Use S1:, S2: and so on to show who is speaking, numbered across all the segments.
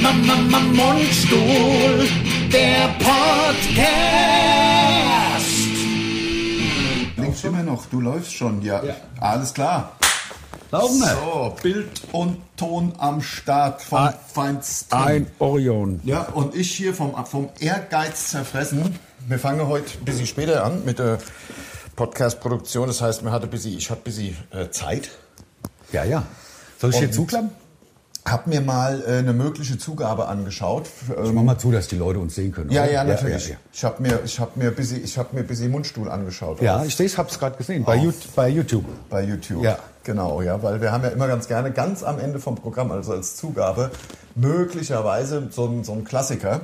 S1: Mama, Mama, Mundstuhl, der Podcast.
S2: Links immer noch, du läufst schon, ja. Alles klar.
S3: Laufen wir.
S2: So, Bild und Ton am Start vom
S3: Ein-
S2: Feinsten.
S3: Ein Orion.
S2: Ja, und ich hier vom, vom Ehrgeiz zerfressen. Wir fangen heute ein bisschen später an mit der Podcast-Produktion. Das heißt, man hatte ein bisschen, ich hatte ein bisschen äh, Zeit.
S3: Ja, ja. Soll ich
S2: Und-
S3: hier zuklappen?
S2: Hab mir mal äh, eine mögliche Zugabe angeschaut. Ähm,
S3: Mach mal zu, dass die Leute uns sehen können.
S2: ja,
S3: oder?
S2: ja, natürlich.
S3: Ja,
S2: Ich habe mir, ich hab mir ein bisschen, ich hab mir ein bisschen Mundstuhl angeschaut.
S3: ja. ja ich sehe es, hab's gerade gesehen.
S2: Ah.
S3: Bei, You- bei YouTube.
S2: bei YouTube.
S3: Ja.
S2: Genau, ja, weil wir haben ja immer ganz gerne ganz am Ende vom Programm, also als Zugabe, möglicherweise so ein, so ein Klassiker.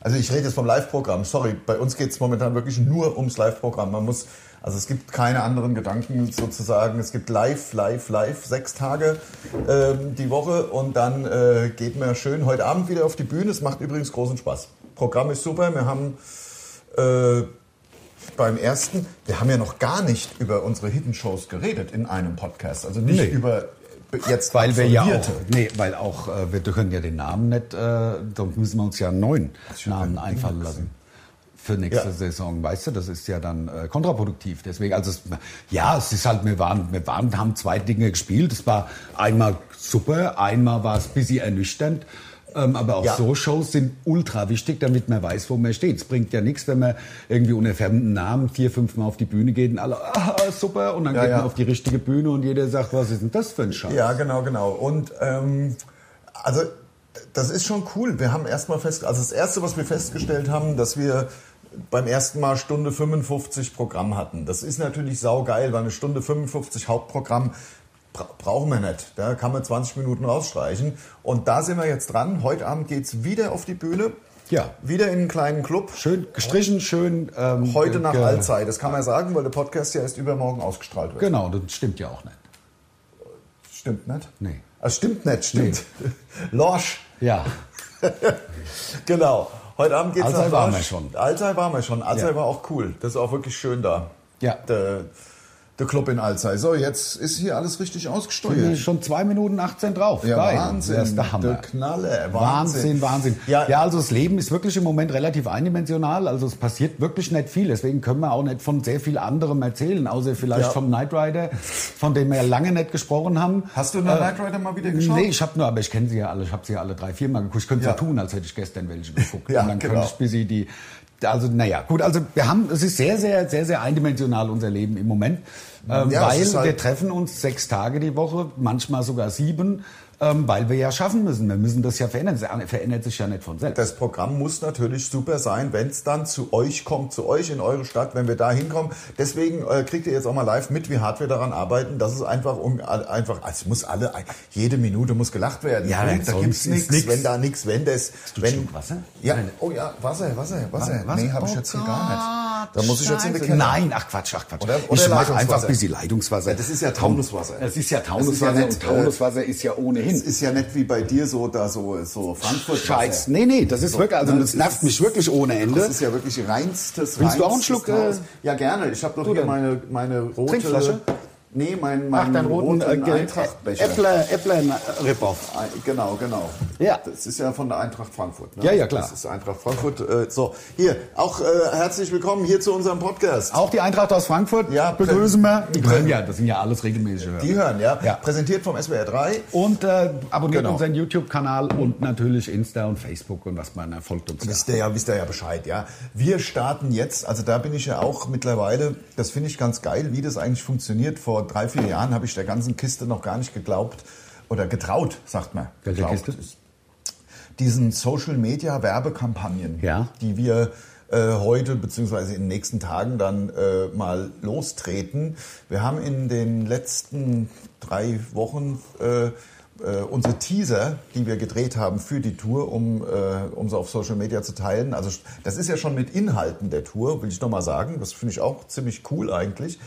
S2: Also ich rede jetzt vom Live-Programm, sorry, bei uns geht es momentan wirklich nur ums Live-Programm. Man muss, also es gibt keine anderen Gedanken sozusagen. Es gibt live, live, live, sechs Tage ähm, die Woche und dann äh, geht man schön heute Abend wieder auf die Bühne. Es macht übrigens großen Spaß. Programm ist super, wir haben äh, beim ersten, wir haben ja noch gar nicht über unsere Hidden Shows geredet in einem Podcast. Also nicht
S3: Nee.
S2: über jetzt
S3: Weil wir ja auch,
S2: absolvierte.
S3: nee, weil auch, äh, wir können ja den Namen nicht, äh, sonst müssen wir uns ja einen neuen Namen einfallen lassen. Für nächste
S2: Ja.
S3: Saison, weißt du, das ist ja dann äh, kontraproduktiv. Deswegen, also es, ja, es ist halt, wir waren, wir waren, haben zwei Dinge gespielt. Es war einmal super, einmal war es ein bisschen ernüchternd. Ähm, aber auch
S2: Ja.
S3: so Shows sind ultra wichtig, damit man weiß, wo man steht. Es bringt ja nichts, wenn man irgendwie unter fremden Namen vier, fünf Mal auf die Bühne geht und alle, ah, super, und dann
S2: Ja,
S3: geht man
S2: ja.
S3: auf die richtige Bühne und jeder sagt, was ist denn das für ein Scheiß?
S2: Ja, genau, genau. Und ähm, also das ist schon cool. Wir haben erstmal fest, also das erste, was wir festgestellt haben, dass wir beim ersten Mal Stunde 55 Programm hatten. Das ist natürlich saugeil, weil eine Stunde 55 Hauptprogramm bra brauchen wir nicht. Da kann man 20 Minuten rausstreichen. Und da sind wir jetzt dran. Heute Abend geht's wieder auf die Bühne.
S3: Ja.
S2: Wieder in einen kleinen Club.
S3: Schön gestrichen, schön. Ähm,
S2: Heute nach
S3: ge-
S2: Allzeit. Das kann man sagen, weil der Podcast ja erst übermorgen ausgestrahlt wird.
S3: Genau, das stimmt ja auch nicht.
S2: Stimmt nicht?
S3: Nee.
S2: Ah, stimmt nicht, stimmt. Lorsch.
S3: Ja,
S2: genau. Heute Abend geht's
S3: Alzey
S2: nach
S3: waren
S2: Lorsch.
S3: wir schon.
S2: Alzey waren wir schon. Alzey
S3: Ja.
S2: war auch cool. Das ist auch wirklich schön da.
S3: Ja.
S2: Der, der Club in Alzey. So, jetzt ist hier alles richtig
S3: bin
S2: ausgesteuert.
S3: schon 2 Minuten 18 drauf.
S2: Ja,
S3: Geil.
S2: Wahnsinn.
S3: Das ist der Hammer.
S2: Knalle.
S3: Wahnsinn, Wahnsinn.
S2: Ja,
S3: Ja, also das Leben ist wirklich im Moment relativ eindimensional. Also es passiert wirklich nicht viel. Deswegen können wir auch nicht von sehr viel anderem erzählen, außer vielleicht
S2: Ja.
S3: vom Knight Rider, von dem wir lange nicht gesprochen haben. Äh,
S2: Hast du noch Knight Rider mal wieder geschaut?
S3: Nee, ich habe nur, aber ich kenne sie ja alle. Ich habe sie ja alle drei, viermal geguckt. Ich könnte
S2: Ja.
S3: ja. so tun, als hätte ich gestern welche geguckt.
S2: Ja,
S3: Und dann
S2: genau.
S3: könnte ich bis sie die. Also naja, gut, also wir haben, es ist sehr, sehr, sehr, sehr eindimensional unser Leben im Moment, ähm,
S2: Ja, es
S3: weil
S2: ist halt-
S3: wir treffen uns sechs Tage die Woche, manchmal sogar sieben, ähm, weil wir ja schaffen müssen. Wir müssen das ja verändern. Es verändert sich ja nicht von selbst.
S2: Das Programm muss natürlich super sein, wenn es dann zu euch kommt, zu euch in eure Stadt, wenn wir da hinkommen. Deswegen äh, kriegt ihr jetzt auch mal live mit, wie hart wir daran arbeiten. Das ist einfach, um, all- einfach es muss alle, jede Minute muss gelacht werden.
S3: Ja,
S2: Punkt. da
S3: sonst
S2: gibt's
S3: ist
S2: nichts,
S3: nix.
S2: wenn da nichts, wenn das, wenn
S3: Schluck Wasser?
S2: Ja, oh ja, Wasser, Wasser, Wasser.
S3: Was?
S2: Nee, habe ich jetzt hier gar nicht. Da muss ich jetzt in den
S3: Oh Scheiße.
S2: Keller.
S3: Nein, ach Quatsch, ach Quatsch.
S2: Oder- oder
S3: ich mache einfach
S2: Leitungswasser.
S3: ein bisschen Leitungswasser.
S2: Das ist ja Taunuswasser.
S3: Das ist ja
S2: Das ist ja
S3: Taunuswasser
S2: nicht, äh,
S3: und Taunuswasser ist ja ohnehin.
S2: Es ist ja nicht wie bei dir so da so so Frankfurt.
S3: Scheiß. Nee, nee, das ist wirklich, also
S2: ne,
S3: das
S2: das ist-
S3: nervt mich wirklich ohne Ende.
S2: Das ist ja wirklich reinstes.
S3: Willst du auch einen
S2: reinstes
S3: Schluck,
S2: Chaos.
S3: äh,
S2: ja, gerne. Ich habe doch hier
S3: dann.
S2: meine, meine rote.
S3: Trinkflasche?
S2: Nee, mein, mein
S3: deinen
S2: roten,
S3: äh,
S2: Eintrachtbecher.
S3: Äppler, Äppler äh, Ripoff.
S2: Ei- Genau, genau.
S3: Ja.
S2: Das ist ja von der Eintracht Frankfurt. Ne?
S3: Ja, ja, klar.
S2: Das ist Eintracht Frankfurt. Äh, so, hier, auch äh, herzlich willkommen hier zu unserem Podcast.
S3: Auch die Eintracht aus Frankfurt
S2: Ja,
S3: begrüßen wir. Die
S2: Prä-
S3: hören ja, das sind ja alles regelmäßige Hörer.
S2: Die hören, ja?
S3: Ja.
S2: Präsentiert vom SWR 3.
S3: Und äh, abonniert
S2: Genau.
S3: unseren YouTube-Kanal und natürlich Insta und Facebook und was man erfolgt uns. Ja.
S2: Wisst ihr ja, wisst ihr ja Bescheid, ja. Wir starten jetzt, also da bin ich ja auch mittlerweile, das finde ich ganz geil, wie das eigentlich funktioniert. Vor drei, vier Jahren habe ich der ganzen Kiste noch gar nicht geglaubt oder getraut, sagt man.
S3: Welche
S2: Geglaubt
S3: Kiste?
S2: ist- Diesen Social Media Werbekampagnen,
S3: Ja.
S2: die wir äh, heute beziehungsweise in den nächsten Tagen dann äh, mal lostreten. Wir haben in den letzten drei Wochen äh, äh, unsere Teaser, die wir gedreht haben für die Tour, um, äh, um sie auf Social Media zu teilen. Also das ist ja schon mit Inhalten der Tour, will ich nochmal sagen. Das finde ich auch ziemlich cool eigentlich.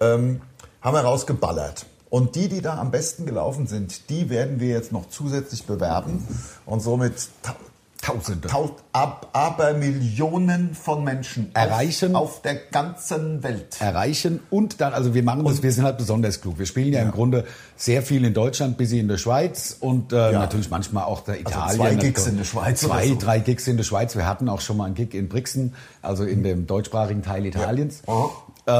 S2: Ähm, haben wir rausgeballert. Und die, die da am besten gelaufen sind, die werden wir jetzt noch zusätzlich bewerben und somit ta-
S3: Tausende.
S2: Taus- ab, aber Millionen von Menschen auf-
S3: Erreichen.
S2: auf der ganzen Welt.
S3: erreichen und dann, also wir machen das, wir sind halt besonders klug. Wir spielen ja, im Grunde sehr viel in Deutschland, bis in der Schweiz und äh, natürlich manchmal auch der Italien.
S2: Also zwei Gigs in der Schweiz
S3: Zwei,
S2: oder so.
S3: drei Gigs in der Schweiz. Wir hatten auch schon mal einen Gig in Brixen, also in dem deutschsprachigen Teil Italiens.
S2: Aha.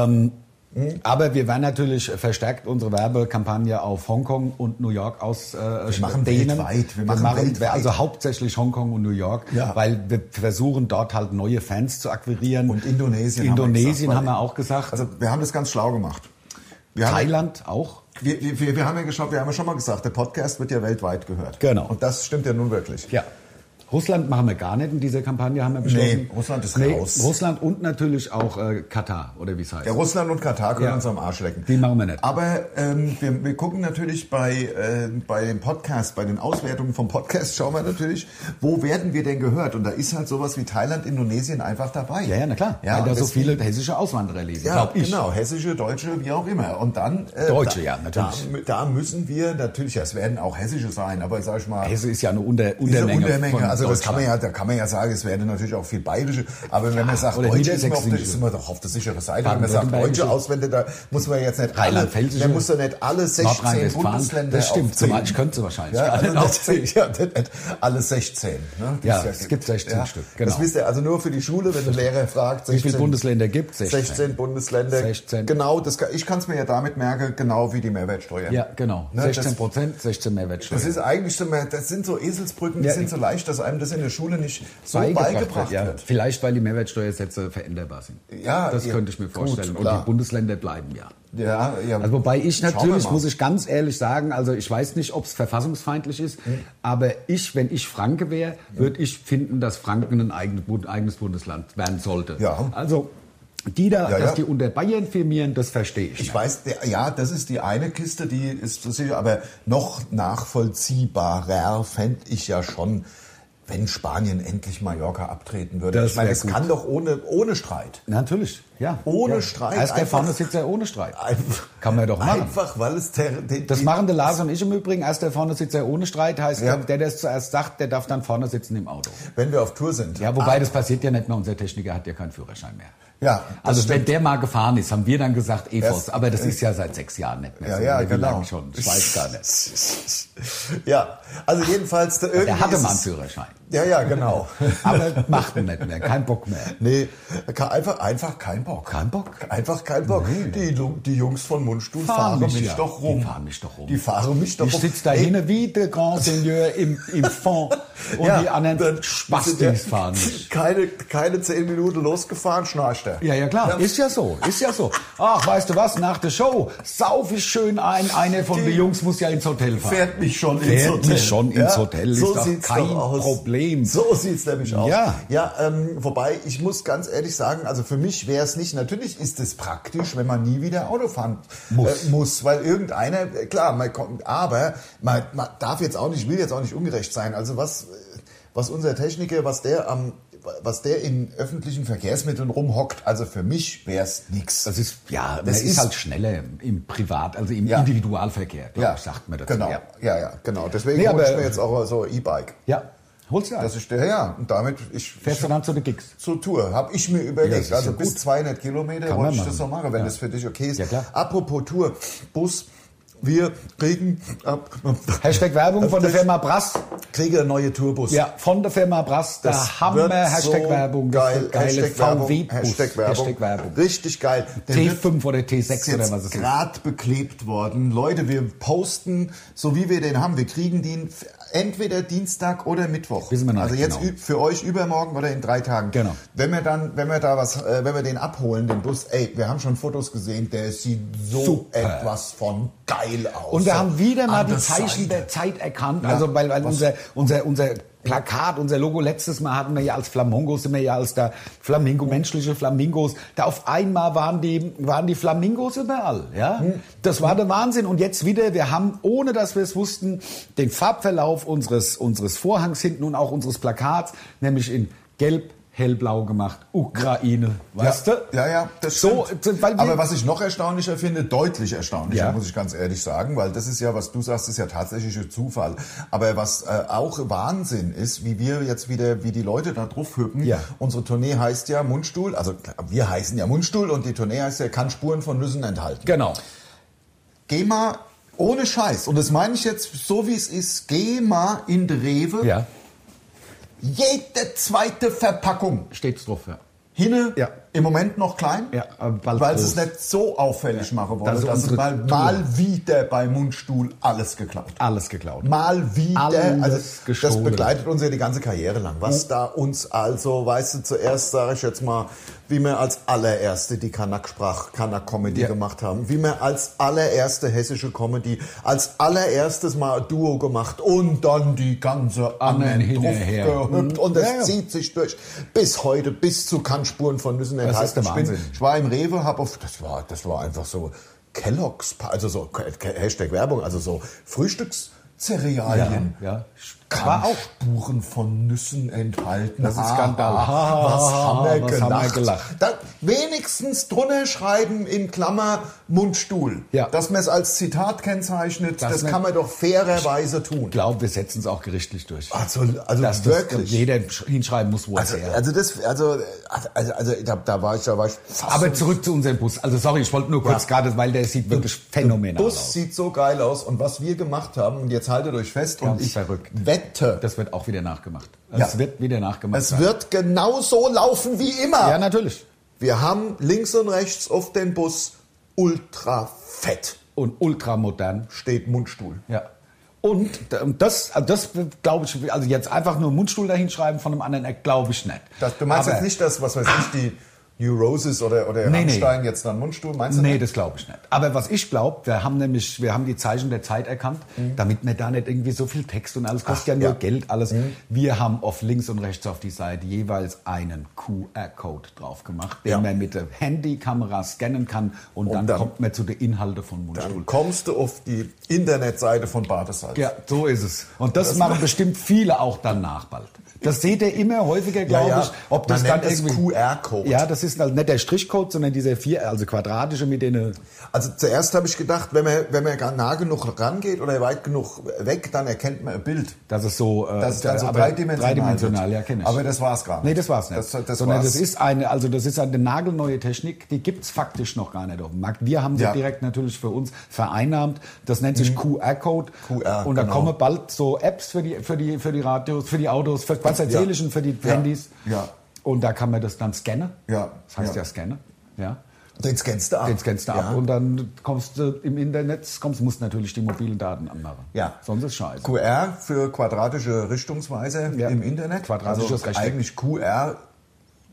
S3: Ähm,
S2: Hm?
S3: aber wir werden natürlich verstärkt unsere Werbekampagne auf Hongkong und New York aus. Äh, wir
S2: machen weltweit, wir
S3: Wir
S2: machen
S3: machen,
S2: weltweit.
S3: also hauptsächlich Hongkong und New York,
S2: Ja.
S3: weil wir versuchen dort halt neue Fans zu akquirieren.
S2: Und Indonesien. haben wir
S3: Indonesien
S2: gesagt,
S3: haben wir
S2: weil-
S3: auch gesagt.
S2: Also wir haben das ganz schlau gemacht. Wir haben,
S3: Thailand auch.
S2: wir, wir- wir, wir haben ja geschaut, wir haben ja schon mal gesagt, der Podcast wird ja weltweit gehört.
S3: Genau.
S2: Und das stimmt ja nun wirklich.
S3: Ja. Russland machen wir gar nicht in dieser Kampagne, haben wir beschlossen.
S2: Nee, Russland ist raus.
S3: Russland und natürlich auch äh, Katar, oder wie es heißt.
S2: Ja, Russland und Katar können
S3: Ja.
S2: uns am Arsch lecken.
S3: Die machen wir nicht.
S2: Aber ähm, wir, wir gucken natürlich bei, äh, bei dem Podcast, bei den Auswertungen vom Podcast, schauen wir natürlich, wo werden wir denn gehört? Und da ist halt sowas wie Thailand, Indonesien einfach dabei.
S3: ja, ja, na klar.
S2: Ja,
S3: weil da
S2: und
S3: so
S2: deswegen-
S3: viele hessische Auswanderer lesen,
S2: Ja,
S3: glaub ich.
S2: genau, hessische, deutsche, wie auch immer. Und dann äh,
S3: Deutsche,
S2: da,
S3: ja, natürlich.
S2: Da, da müssen wir natürlich, ja, es werden auch hessische sein, aber sag ich mal,
S3: Hesse ist ja eine Unter
S2: diese
S3: Untermenge. von
S2: also das kann man
S3: Deutschland.
S2: ja, da kann man ja sagen, es werden natürlich auch viel bayerische, aber wenn man sagt,
S3: oder
S2: Deutsche ist man auf der,
S3: niedersächsische.
S2: ist man doch auf der sicheren Seite, wenn man sagt,
S3: Baden-Württembergische.
S2: Deutsche, Ausländer, da muss man jetzt nicht alle,
S3: Rheinland-Pfälzische.
S2: da muss man nicht alle 16
S3: Nordrhein-Westfalen.
S2: Bundesländer
S3: Das stimmt,
S2: aufzählen.
S3: zumal ich könnte sie wahrscheinlich Genau.
S2: Ja, also
S3: gar
S2: alle,
S3: nicht
S2: nicht
S3: aufzählen.
S2: zehn, ja, nicht- nicht alle 16. Ne? Die
S3: Ja,
S2: es
S3: es gibt 16 Stück,
S2: Das
S3: genau.
S2: wisst ihr, also nur für die Schule, wenn der Lehrer fragt,
S3: Wie viele Bundesländer gibt es?
S2: 16 Bundesländer.
S3: 16.
S2: Genau, das kann, ich kann es mir ja damit merken, genau wie die Mehrwertsteuer.
S3: Ja, genau.
S2: Ne,
S3: 16
S2: das-
S3: Prozent, 16 Mehrwertsteuer.
S2: Das ist eigentlich so, mehr- das sind so Eselsbrücken, die
S3: Ja,
S2: sind
S3: ich-
S2: so leicht, dass einem das in der Schule nicht so beigebracht
S3: ja.
S2: wird.
S3: Vielleicht, weil die Mehrwertsteuersätze veränderbar sind.
S2: Ja,
S3: das
S2: ja,
S3: könnte ich mir
S2: gut,
S3: vorstellen. Und
S2: klar.
S3: die Bundesländer bleiben ja.
S2: Ja, ja.
S3: Also wobei ich
S2: Schauen wir
S3: natürlich,
S2: mal.
S3: muss ich ganz ehrlich sagen, also ich weiß nicht, ob es verfassungsfeindlich ist,
S2: Hm.
S3: aber ich, wenn ich Franke wäre, würde ich finden, dass Franken ein eigen- Bund- eigenes Bundesland werden sollte.
S2: Ja.
S3: Also die da,
S2: Ja, ja.
S3: dass die unter Bayern firmieren, das verstehe ich.
S2: Ich weiß, der, ja, das ist die eine Kiste, die ist so sicher, aber noch nachvollziehbarer fände ich ja schon, wenn Spanien endlich Mallorca abtreten würde.
S3: Das
S2: ich meine,
S3: wär
S2: es
S3: gut.
S2: kann doch ohne, ohne Streit.
S3: Natürlich, ja.
S2: Ohne
S3: ja.
S2: Streit,
S3: Heißt der
S2: einfach-
S3: vorne sitzt ja ohne Streit.
S2: Einfach,
S3: Kann man doch machen.
S2: Einfach, weil es der, die-
S3: Das
S2: die-
S3: machen der Lars und ich im Übrigen. Erst der vorne sitzt der ohne Streit, heißt
S2: Ja.
S3: der, der es zuerst sagt, der darf dann vorne sitzen im Auto.
S2: wenn wir auf Tour sind.
S3: Ja, wobei das passiert ja nicht mehr. Unser Techniker hat ja keinen Führerschein mehr.
S2: Ah, Ja, das
S3: Also
S2: stimmt.
S3: wenn der mal gefahren ist, haben wir dann gesagt EFOS.
S2: Das-
S3: Aber das ist ja seit sechs Jahren nicht mehr
S2: Ja,
S3: so.
S2: ja,
S3: Oder wie
S2: genau.
S3: lange Schon. Ich weiß gar nicht.
S2: ja, also jedenfalls da irgendwie
S3: Der hatte
S2: ist
S3: mal einen
S2: es-
S3: Führerschein.
S2: Ja, ja, genau.
S3: Aber macht ihn nicht mehr. Kein Bock mehr.
S2: Nee, ka- einfach, einfach kein Bock.
S3: Kein Bock?
S2: Einfach kein Bock. Die, Lu- die Jungs von Mundstuhl fahren,
S3: Fahren
S2: mich,
S3: mich ja.
S2: doch rum.
S3: Die fahren mich doch rum.
S2: Die fahren mich doch
S3: Ich
S2: rum.
S3: sitze da
S2: Ey,
S3: hinten wie der Grand Seigneur im, im Fond und
S2: ja,
S3: die
S2: dann
S3: anderen Spastis
S2: sind ja
S3: fahren mich.
S2: Keine, keine zehn Minuten losgefahren, schnarcht er.
S3: Ja, ja klar, ist ja so, ist ja so. Ach, weißt du was, nach der Show sauf ich schön ein, einer von den Jungs muss ja ins Hotel fahren.
S2: Fährt mich schon ins
S3: Fährt
S2: Hotel.
S3: mich schon ins Hotel, ist
S2: so
S3: doch
S2: sieht's
S3: kein
S2: doch aus.
S3: Problem.
S2: So sieht's nämlich aus.
S3: Ja.
S2: Ja, ähm, wobei, ich muss ganz ehrlich sagen, also für mich wäre es nicht, natürlich ist es praktisch, wenn man nie wieder Auto fahren
S3: Muss.
S2: Äh, muss weil irgendeiner, äh, klar, man kommt, aber man, man darf jetzt auch nicht, will jetzt auch nicht ungerecht sein. Also was, äh, was unser Techniker, was der am, was der in öffentlichen Verkehrsmitteln rumhockt, also für mich wäre es nichts.
S3: Das ist, ja, man
S2: Das
S3: ist,
S2: ist-
S3: halt schneller im Privat, also im
S2: Ja.
S3: Individualverkehr, glaub ich, sagt man dazu.
S2: Genau, ja,
S3: Ja.
S2: ja, genau. Deswegen
S3: Nee,
S2: hol ich
S3: aber-
S2: mir jetzt auch so ein E-Bike.
S3: ja, holst du
S2: Das
S3: das?
S2: ist der, ja. Und damit ich, ich
S3: Fährst du dann zu den Gigs?
S2: zur Tour habe ich mir
S3: Ja,
S2: überlegt.
S3: das ist
S2: also
S3: ja
S2: bis
S3: gut.
S2: 200 Kilometer
S3: Kann
S2: wollte
S3: man
S2: ich das so
S3: machen.
S2: machen, wenn
S3: Ja.
S2: das für dich okay ist.
S3: Ja, klar.
S2: Apropos Tour, Bus, wir kriegen ab,
S3: Hashtag Werbung von der Firma Brass.
S2: kriege einen neuen Tourbus.
S3: Ja, von der Firma Brass, der Hammer,
S2: wird
S3: Hashtag
S2: so
S3: Werbung, das
S2: Geil.
S3: ist der geile
S2: Hashtag Werbung.
S3: VW-Bus.
S2: Hashtag Werbung.
S3: Hashtag Werbung.
S2: Richtig geil. Der wird-
S3: T5 oder
S2: ist
S3: T6
S2: jetzt
S3: oder was es ist.
S2: gerade beklebt worden. Leute, wir posten, so wie wir den haben. Wir kriegen den f- entweder Dienstag oder Mittwoch.
S3: Wissen wir noch
S2: also
S3: nicht
S2: jetzt
S3: genau.
S2: ü- für euch übermorgen oder in drei Tagen.
S3: Genau.
S2: Wenn wir dann, wenn wir da was, äh, wenn wir den abholen, den Bus, ey, wir haben schon Fotos gesehen, der sieht so
S3: Super.
S2: etwas von geil aus.
S3: Und wir
S2: So
S3: haben wieder mal
S2: an
S3: die
S2: der
S3: Zeichen
S2: Seite.
S3: der Zeit erkannt.
S2: Ja,
S3: also weil, weil
S2: was-
S3: unser, unser, unser Plakat, unser Logo letztes Mal hatten wir ja als Flamingos, sind wir ja als der Flamingo, menschliche Flamingos. Da auf einmal waren die, waren die Flamingos überall. Ja?
S2: Hm.
S3: Das war der Wahnsinn. Und jetzt wieder, wir haben, ohne dass wir es wussten, den Farbverlauf unseres, unseres Vorhangs hinten und auch unseres Plakats, nämlich in Gelb, hellblau gemacht. Ukraine, weißt
S2: ja,
S3: du?
S2: Ja, ja, das
S3: So,
S2: stimmt.
S3: weil wir-
S2: Aber was ich noch erstaunlicher finde, deutlich erstaunlicher,
S3: Ja.
S2: muss ich ganz ehrlich sagen, weil das ist ja, was du sagst, ist ja tatsächlicher Zufall. Aber was äh, auch Wahnsinn ist, wie wir jetzt wieder, wie die Leute da drauf hüppen.
S3: Ja.
S2: Unsere Tournee heißt ja Mundstuhl, also klar, wir heißen ja Mundstuhl und die Tournee heißt ja kann Spuren von Nüssen enthalten.
S3: Genau.
S2: Geh mal ohne Scheiß, und das meine ich jetzt so, wie es ist, geh mal in die Rewe,
S3: Ja,
S2: jede zweite Verpackung
S3: steht's drauf, ja.
S2: Hinne
S3: Ja.
S2: im Moment noch klein,
S3: Ja, aber bald
S2: weil sie es
S3: groß.
S2: nicht so auffällig machen wollen.
S3: Das ist
S2: dass es
S3: unsere
S2: mal,
S3: Tour.
S2: mal wieder bei Mundstuhl alles geklaut.
S3: Alles geklaut.
S2: Mal wieder,
S3: Alles
S2: also das
S3: gestohlen.
S2: begleitet uns ja die ganze Karriere lang. Was da uns also, weißt du, zuerst sage ich jetzt mal, wie wir als allererste die Kanak-Sprach, Kanak-Comedy
S3: Ja.
S2: gemacht haben, wie wir als allererste hessische Comedy, als allererstes mal ein Duo gemacht und dann die ganze
S3: Annen
S2: Annen
S3: hinterher.
S2: draufgehüpft und das
S3: Mhm. Ja, ja.
S2: zieht sich durch bis heute, bis zu Kannspuren von Nüssen enthalten.
S3: ist der
S2: ich, bin,
S3: Wahnsinn.
S2: ich war im Rewe, hab auf, das war, das war einfach so Kellogg's, Pa- also so Ke- Ke- Hashtag Werbung, also so Frühstückscerealien.
S3: Ja, ja.
S2: Kann Spuren von Nüssen enthalten.
S3: Das ist Skandal.
S2: Ha, ha, ha, was haben wir
S3: was haben
S2: gelacht.
S3: wir gelacht.
S2: Da, wenigstens drunter schreiben in Klammer Mundstuhl.
S3: Ja.
S2: Dass man es als Zitat kennzeichnet,
S3: Das
S2: das,
S3: ne-
S2: kann man doch fairerweise tun.
S3: Ich glaube, wir setzen es auch gerichtlich durch.
S2: Also, also
S3: Dass das
S2: wirklich.
S3: jeder hinschreiben muss, wo
S2: Also,
S3: er ist.
S2: also das, also, also, also da, da war ich, da war ich fast
S3: Aber zurück zu unserem Bus. Also sorry, ich wollte nur kurz
S2: Ja.
S3: gerade, weil der sieht wirklich phänomenal
S2: Bus
S3: aus.
S2: sieht so geil aus und was wir gemacht haben und jetzt haltet euch fest
S3: Ganz
S2: und ich
S3: verrückt.
S2: wette,
S3: Das wird auch wieder nachgemacht.
S2: Ja.
S3: Es wird wieder nachgemacht.
S2: es
S3: werden.
S2: wird genau so laufen wie immer.
S3: ja, natürlich.
S2: wir haben links und rechts auf den Bus ultra fett
S3: Und ultramodern.
S2: steht Mundstuhl.
S3: Ja. Und d- und das, also das glaube ich, also jetzt einfach nur einen Mundstuhl dahinschreiben von einem anderen Eck, glaube ich nicht.
S2: Das, du meinst
S3: Aber-
S2: jetzt nicht das, was weiß ich, die New Roses oder oder
S3: Nee, nee.
S2: Rammstein jetzt dann Mundstuhl, meinst du?
S3: Nee,
S2: nicht?
S3: das glaube ich nicht. Aber was ich glaube, wir haben nämlich, wir haben die Zeichen der Zeit erkannt, damit wir da nicht irgendwie so viel Text und alles kostet ja nur
S2: Mhm. ja. Mhm.
S3: Geld, alles. Wir haben auf links und rechts auf die Seite jeweils einen QR-Code drauf gemacht, den
S2: Ja.
S3: man mit der Handykamera scannen kann und, dann,
S2: dann-
S3: kommt man zu den Inhalten von Mundstuhl.
S2: Dann kommst du auf die Internetseite von Badesalz.
S3: Ja, so ist es. Und das, machen bestimmt viele auch dann nach bald. Das seht ihr immer häufiger, glaube
S2: ja.
S3: ich. Ob
S2: Man
S3: das dann
S2: nennt es
S3: irgendwie
S2: QR-Code.
S3: Ja, das ist halt nicht der Strichcode, sondern diese vier, also quadratische mit denen.
S2: Also zuerst habe ich gedacht, wenn man, wenn man gar nah genug rangeht oder weit genug weg, dann erkennt man ein Bild.
S3: Das ist so. Äh,
S2: Das ist dann so
S3: aber
S2: dreidimensional.
S3: Dreidimensional,
S2: wird.
S3: ja, kenne ich.
S2: Aber das war's gar nicht.
S3: nee, das war's nicht.
S2: Das, das
S3: Sondern
S2: war's.
S3: das ist eine, also das ist eine nagelneue Technik, die gibt's faktisch noch gar nicht auf dem Markt. Wir haben sie
S2: Ja.
S3: direkt natürlich für uns vereinnahmt. Das nennt sich QR-Code.
S2: QR,
S3: Und da
S2: genau.
S3: kommen bald so Apps für die, für die, für die Radios, für die Autos, für was erzähle ich denn, für die
S2: Ja.
S3: Handys.
S2: Ja.
S3: Und da kann man das dann scannen.
S2: Ja.
S3: Das heißt ja,
S2: Ja.
S3: scannen. Ja.
S2: Den scannst du ab.
S3: Den scannst du
S2: ja.
S3: ab und dann kommst du im Internet, kommst, musst natürlich die mobilen Daten anmachen.
S2: Ja.
S3: Sonst ist scheiße.
S2: QR für quadratische Richtungsweise
S3: Ja.
S2: im Internet. Also
S3: Quadratisches Rechteck.
S2: Eigentlich QR.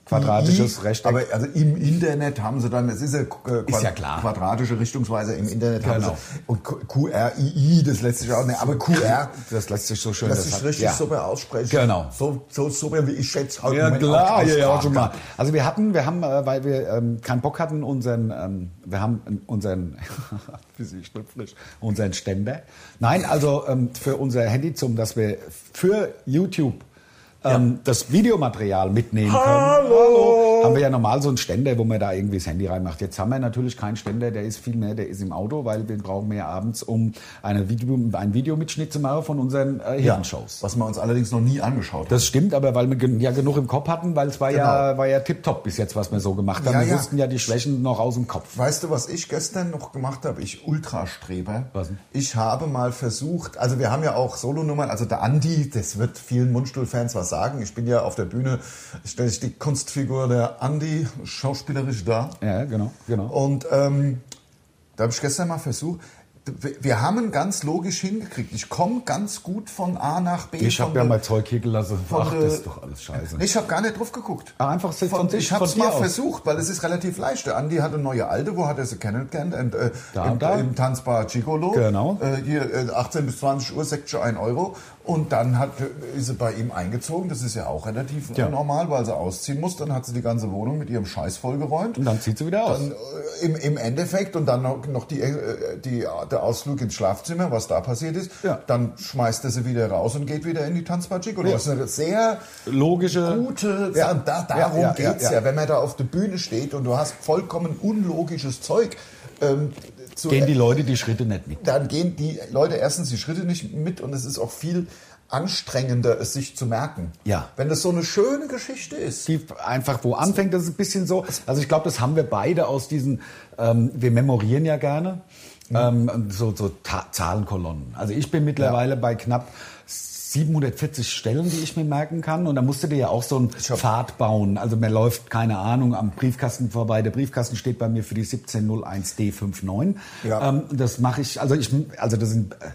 S3: Quadratisches
S2: II,
S3: Rechteck.
S2: Aber also im Internet haben sie dann, es ist ja, äh,
S3: Ist ja klar.
S2: quadratische Richtungsweise im Internet haben
S3: Genau.
S2: sie. Und QRII, das lässt sich auch nicht, aber QR,
S3: Das lässt sich so schön.
S2: lässt sich
S3: hat-
S2: richtig
S3: ja.
S2: super aussprechen.
S3: Genau.
S2: So, so super, wie ich schätze. heute
S3: Ja
S2: meine
S3: klar, ja, ja
S2: Aussprache.
S3: schon mal. Also wir hatten, wir haben, äh, weil wir ähm, keinen Bock hatten, unseren, ähm, wir haben ähm, unseren, wie sie schlüpfrig, unseren Ständer. Nein, also ähm, für unser Handy zum, dass wir für YouTube ähm, das Videomaterial mitnehmen können. Hallo. Haben wir ja normal so einen Ständer, wo man da irgendwie das Handy reinmacht. Jetzt haben wir natürlich keinen Ständer, der ist viel mehr, der ist im Auto, weil wir brauchen mehr abends, um eine Video, einen Videomitschnitt zu machen von unseren äh,
S2: Ja,
S3: Hirnshows.
S2: was wir uns allerdings noch nie angeschaut haben.
S3: Das stimmt, aber weil wir gen- ja genug im Kopf hatten, weil es war ja, war ja tipptopp bis jetzt, was wir so gemacht haben.
S2: Genau. Ja,
S3: wir
S2: ja.
S3: wussten ja die Schwächen noch aus dem Kopf.
S2: Weißt du, was ich gestern noch gemacht habe? Ich Ultrastreber.
S3: Was denn?
S2: Ich habe mal versucht, also wir haben ja auch Solonummern, also der Andi, das wird vielen Mundstuhl-Fans was sagen. Ich bin ja auf der Bühne, stelle ich die Kunstfigur der Andi schauspielerisch dar.
S3: Ja, genau, genau.
S2: Und ähm, da habe ich gestern mal versucht, wir- wir haben ganz logisch hingekriegt. Ich komme ganz gut von A nach B.
S3: ich
S2: von
S3: habe ja
S2: der-
S3: mal Zeug hier gelassen.
S2: von
S3: Ach,
S2: der-
S3: das ist doch alles scheiße.
S2: Nee, Ich habe gar nicht drauf geguckt.
S3: Ah, einfach so von sich,
S2: ich habe es
S3: von dir
S2: mal
S3: aus.
S2: versucht, weil es ist relativ leicht. Der Andi hatte neue Alte, wo hat er sie kennengelernt? Und, äh,
S3: Da,
S2: im,
S3: da.
S2: Im Tanzbar Gigolo.
S3: Genau.
S2: Äh, hier äh, 18 bis 20 Uhr, Sektion 1 Euro. Und dann hat, äh, ist sie bei ihm eingezogen. Das ist ja auch relativ
S3: Ja.
S2: normal, weil sie ausziehen muss. Dann hat sie die ganze Wohnung mit ihrem Scheiß vollgeräumt.
S3: Und dann zieht sie wieder aus.
S2: Dann, äh, im, Im Endeffekt und dann noch, noch die, äh, die äh, der Ausflug ins Schlafzimmer, was da passiert ist.
S3: Ja.
S2: Dann schmeißt er sie wieder raus und geht wieder in die Tanzmatschik. Und
S3: Ja.
S2: das ist eine sehr
S3: Logische.
S2: gute
S3: Ja.
S2: Sache. Da,
S3: Ja,
S2: darum
S3: ja, ja,
S2: geht's ja,
S3: ja.
S2: Wenn man da auf der Bühne steht und du hast vollkommen unlogisches Zeug ähm, zu
S3: Gehen die Leute die Schritte nicht mit.
S2: dann gehen die Leute erstens die Schritte nicht mit und es ist auch viel anstrengender, es sich zu merken.
S3: Ja.
S2: Wenn das so eine schöne Geschichte ist.
S3: die einfach wo anfängt, das ist ein bisschen so. Also ich glaube, das haben wir beide aus diesen, ähm, wir memorieren ja gerne, ähm, und so, so Ta Zahlenkolonnen. Also ich bin mittlerweile bei knapp 740 Stellen, die ich mir merken kann. Und da musst du dir ja auch so einen Pfad bauen. Also mir läuft, keine Ahnung, am Briefkasten vorbei. Der Briefkasten steht bei mir für die 1701D59.
S2: Ja.
S3: Ähm, das mache ich, also ich, also das sind, äh,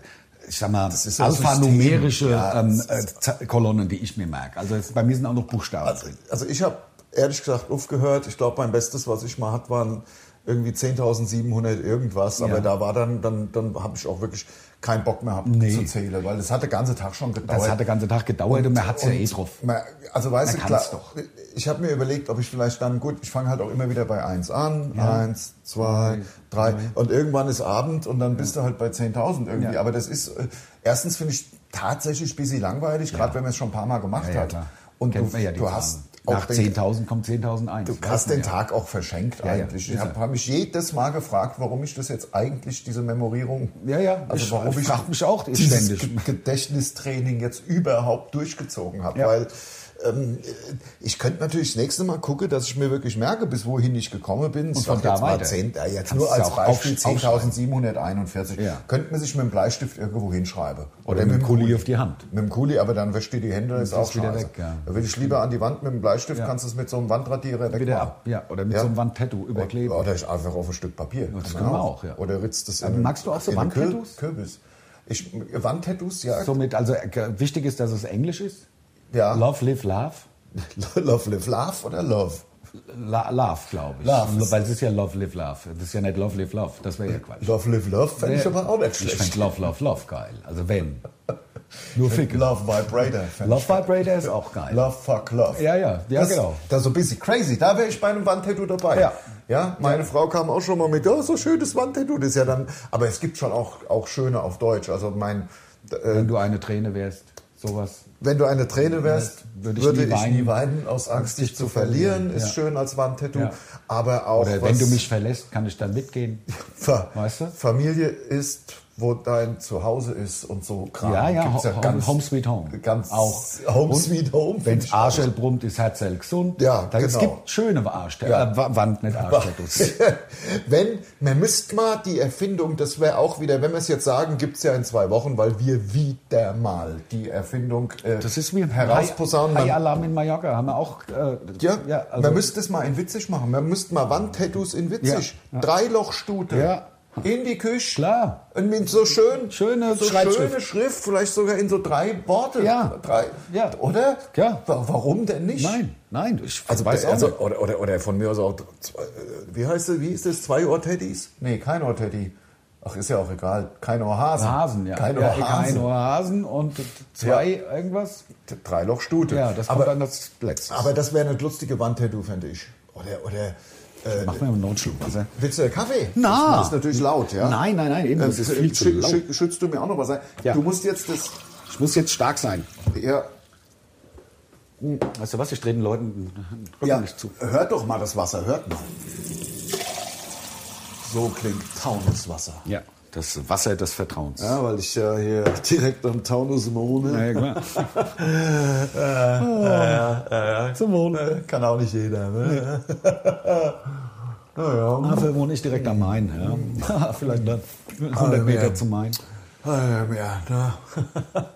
S3: ich sag mal,
S2: ist ja
S3: alphanumerische
S2: System. Ja,
S3: ähm,
S2: das ist-
S3: äh, Z- Kolonnen, die ich mir merke. Also es, bei mir sind auch noch Buchstaben
S2: Also,
S3: drin.
S2: also ich habe ehrlich gesagt aufgehört. Ich glaube, mein Bestes, was ich mal hatte, waren irgendwie 10.700 irgendwas. Aber
S3: Ja.
S2: da war dann, dann, dann habe ich auch wirklich keinen Bock mehr gehabt zu zählen, weil das hat den ganzen Tag schon gedauert.
S3: Das hat den ganzen Tag gedauert und, man hat es ja eh drauf.
S2: Man, also weißt
S3: Man
S2: du, klar,
S3: kann's doch.
S2: ich habe mir überlegt, ob ich vielleicht dann, gut, ich fange halt auch immer wieder bei 1 an, 1, 2, 3 und irgendwann ist Abend und dann bist du halt bei 10.000 irgendwie.
S3: Ja.
S2: Aber das ist, äh, erstens finde ich tatsächlich ein bisschen langweilig, gerade wenn man es schon ein paar Mal gemacht hat.
S3: klar.
S2: halt. Und
S3: Kennt
S2: du,
S3: man ja die
S2: du
S3: Zahlen.
S2: hast auch
S3: Nach
S2: den,
S3: 10.000 kommt 10.001.
S2: du
S3: Weiß
S2: hast
S3: man
S2: den
S3: ja.
S2: Tag auch verschenkt
S3: Ja, ja,
S2: eigentlich.
S3: ist
S2: Ich
S3: er.
S2: habe hab mich jedes Mal gefragt, warum ich das jetzt eigentlich, diese Memorierung,
S3: Ja, ja.
S2: also
S3: Ich
S2: warum ich
S3: frag mich auch
S2: dieses
S3: ständig.
S2: Ge- Gedächtnistraining jetzt überhaupt durchgezogen habe,
S3: Ja.
S2: weil ähm, ich könnte natürlich das nächste Mal gucken, dass ich mir wirklich merke, bis wohin ich gekommen bin. Und
S3: von da
S2: jetzt mal
S3: weiter.
S2: 10, ja, jetzt
S3: Kannst
S2: nur
S3: du ja
S2: als
S3: auch
S2: Beispiel
S3: aufsch- aufschreiben.
S2: 10.741.
S3: Ja.
S2: Könnte man sich mit dem Bleistift irgendwo hinschreiben.
S3: Oder mit dem Kuli
S2: Kuli.
S3: auf die Hand.
S2: Mit dem Kuli, aber dann versteht die Hände, ist
S3: ist
S2: auch
S3: wieder
S2: scheiße.
S3: weg, ja.
S2: Da will ich lieber an die Wand mit dem Bleistift,
S3: Ja.
S2: kannst du es mit so einem Wandradierer wegmachen.
S3: Wieder ab. Ja, oder mit
S2: Ja.
S3: so einem Wandtattoo überkleben.
S2: Oder ich einfach auf ein Stück Papier.
S3: Das
S2: Kann
S3: können
S2: man
S3: wir auch, ja.
S2: Oder ritzt das in
S3: Aber
S2: den-
S3: magst du auch so
S2: in den Kür-
S3: Wandtattoos?
S2: Kürbis. Ich, Wandtattoos, ja.
S3: Somit, also äh, wichtig ist, dass es Englisch ist.
S2: ja.
S3: Love, live, love.
S2: love, live, love oder love?
S3: La love, glaube ich.
S2: Love.
S3: Weil es ist ja Love, live, love. Das ist ja nicht Love, live, love. Das wäre ja Quatsch.
S2: Love, live, love fände ich aber auch nicht
S3: Ich
S2: schlecht.
S3: fänd Love, love, love geil. Also wenn. Nur ficken.
S2: Love Vibrator. fänd
S3: Love
S2: ich geil.
S3: Vibrator ist auch geil.
S2: Love Fuck Love.
S3: Ja, ja, ja,
S2: das,
S3: genau.
S2: Das ist so ein bisschen crazy. Da wäre ich bei einem Wandtattoo dabei.
S3: Ja.
S2: Ja, meine Frau kam auch schon mal mit, oh, so schönes Wandtattoo. Das ist ja dann, aber es gibt schon auch, auch schöne auf Deutsch. Also mein, äh,
S3: Wenn du eine Träne wärst, sowas.
S2: Wenn du eine Träne wärst, würde ich, nie, weinen. aus Angst, dich zu verlieren. Ist
S3: Ja.
S2: schön als Wandtattoo.
S3: Ja.
S2: Aber auch
S3: Oder
S2: was
S3: wenn du mich verlässt, kann ich dann mitgehen.
S2: Fa
S3: Weißt du?
S2: Familie ist, wo dein Zuhause ist und so Kram.
S3: Ja, ja,
S2: Gibt's
S3: Ho- Home Sweet Home.
S2: Ganz
S3: Auch.
S2: Home
S3: Und
S2: Sweet Home.
S3: Wenn
S2: find ich auch.
S3: Arschel brummt, ist Herzell gesund.
S2: Ja,
S3: da, Es
S2: genau.
S3: gibt schöne Arschel,
S2: Ja.
S3: äh, Wa- Wand mit Arschtattoos.
S2: wenn, man müsste mal die Erfindung, das wäre auch wieder, wenn wir es jetzt sagen, gibt es ja in zwei Wochen, weil wir wieder mal die Erfindung äh,
S3: Das ist wie ein
S2: herausposaunen.
S3: High,
S2: Man-
S3: High Alarm in Mallorca haben wir auch. Äh,
S2: Ja,
S3: also-
S2: man müsste es mal in witzig machen. Man müsste mal Wandtattoos in witzig.
S3: Ja, ja.
S2: Dreilochstute.
S3: Ja.
S2: In die Küche.
S3: Klar.
S2: Und mit so schön,
S3: Schöne
S2: so
S3: Schreibschrift.
S2: schöne Schrift, vielleicht sogar in so drei Worte.
S3: Ja.
S2: Drei,
S3: Ja.
S2: Oder?
S3: Ja.
S2: Wa- Warum denn nicht?
S3: Nein, nein, ich
S2: Also,
S3: weiß auch
S2: also
S3: nicht.
S2: oder, oder, oder von mir aus auch, zwei, äh, wie heißt das, wie ist das, zwei Ohr-Teddys? Nee, kein Ohr-Teddy. Ach, ist ja auch egal. Kein Ohr-Hasen.
S3: Hasen, ja.
S2: Kein
S3: ja,
S2: Ohr-Hasen.
S3: Kein Ohrhasen und zwei irgendwas.
S2: Dreilochstute.
S3: Ja, das kommt
S2: aber, Ah.
S3: dann als letztes.
S2: aber das wäre eine lustige Wandtattoo, fände ich. Oder, oder, äh,
S3: Mach mir einen Notschluck. Also.
S2: Willst du einen Kaffee?
S3: Na.
S2: Das ist natürlich laut, ja?
S3: Nein, nein, nein, eben,
S2: Ähm,
S3: das ist viel zu
S2: schü-
S3: laut.
S2: schü- Schützt du mir auch noch was ein?
S3: Ja.
S2: Du musst jetzt das.
S3: Ich muss jetzt stark sein.
S2: Ja,
S3: Weißt du was, ich drehe den Leuten den
S2: ja,
S3: Rücken nicht zu.
S2: hört doch mal das Wasser, hört mal. So klingt Taunuswasser.
S3: Ja, das Wasser des Vertrauens.
S2: Ja, weil ich ja hier direkt am Taunus wohne. Ah.
S3: ja, klar.
S2: Zum Wohne. Kann auch nicht jeder. Ne? naja.
S3: Dafür wohne ich direkt am Main. Ja. Vielleicht dann 100 Meter zum Main.
S2: Ah, Ja, ja, da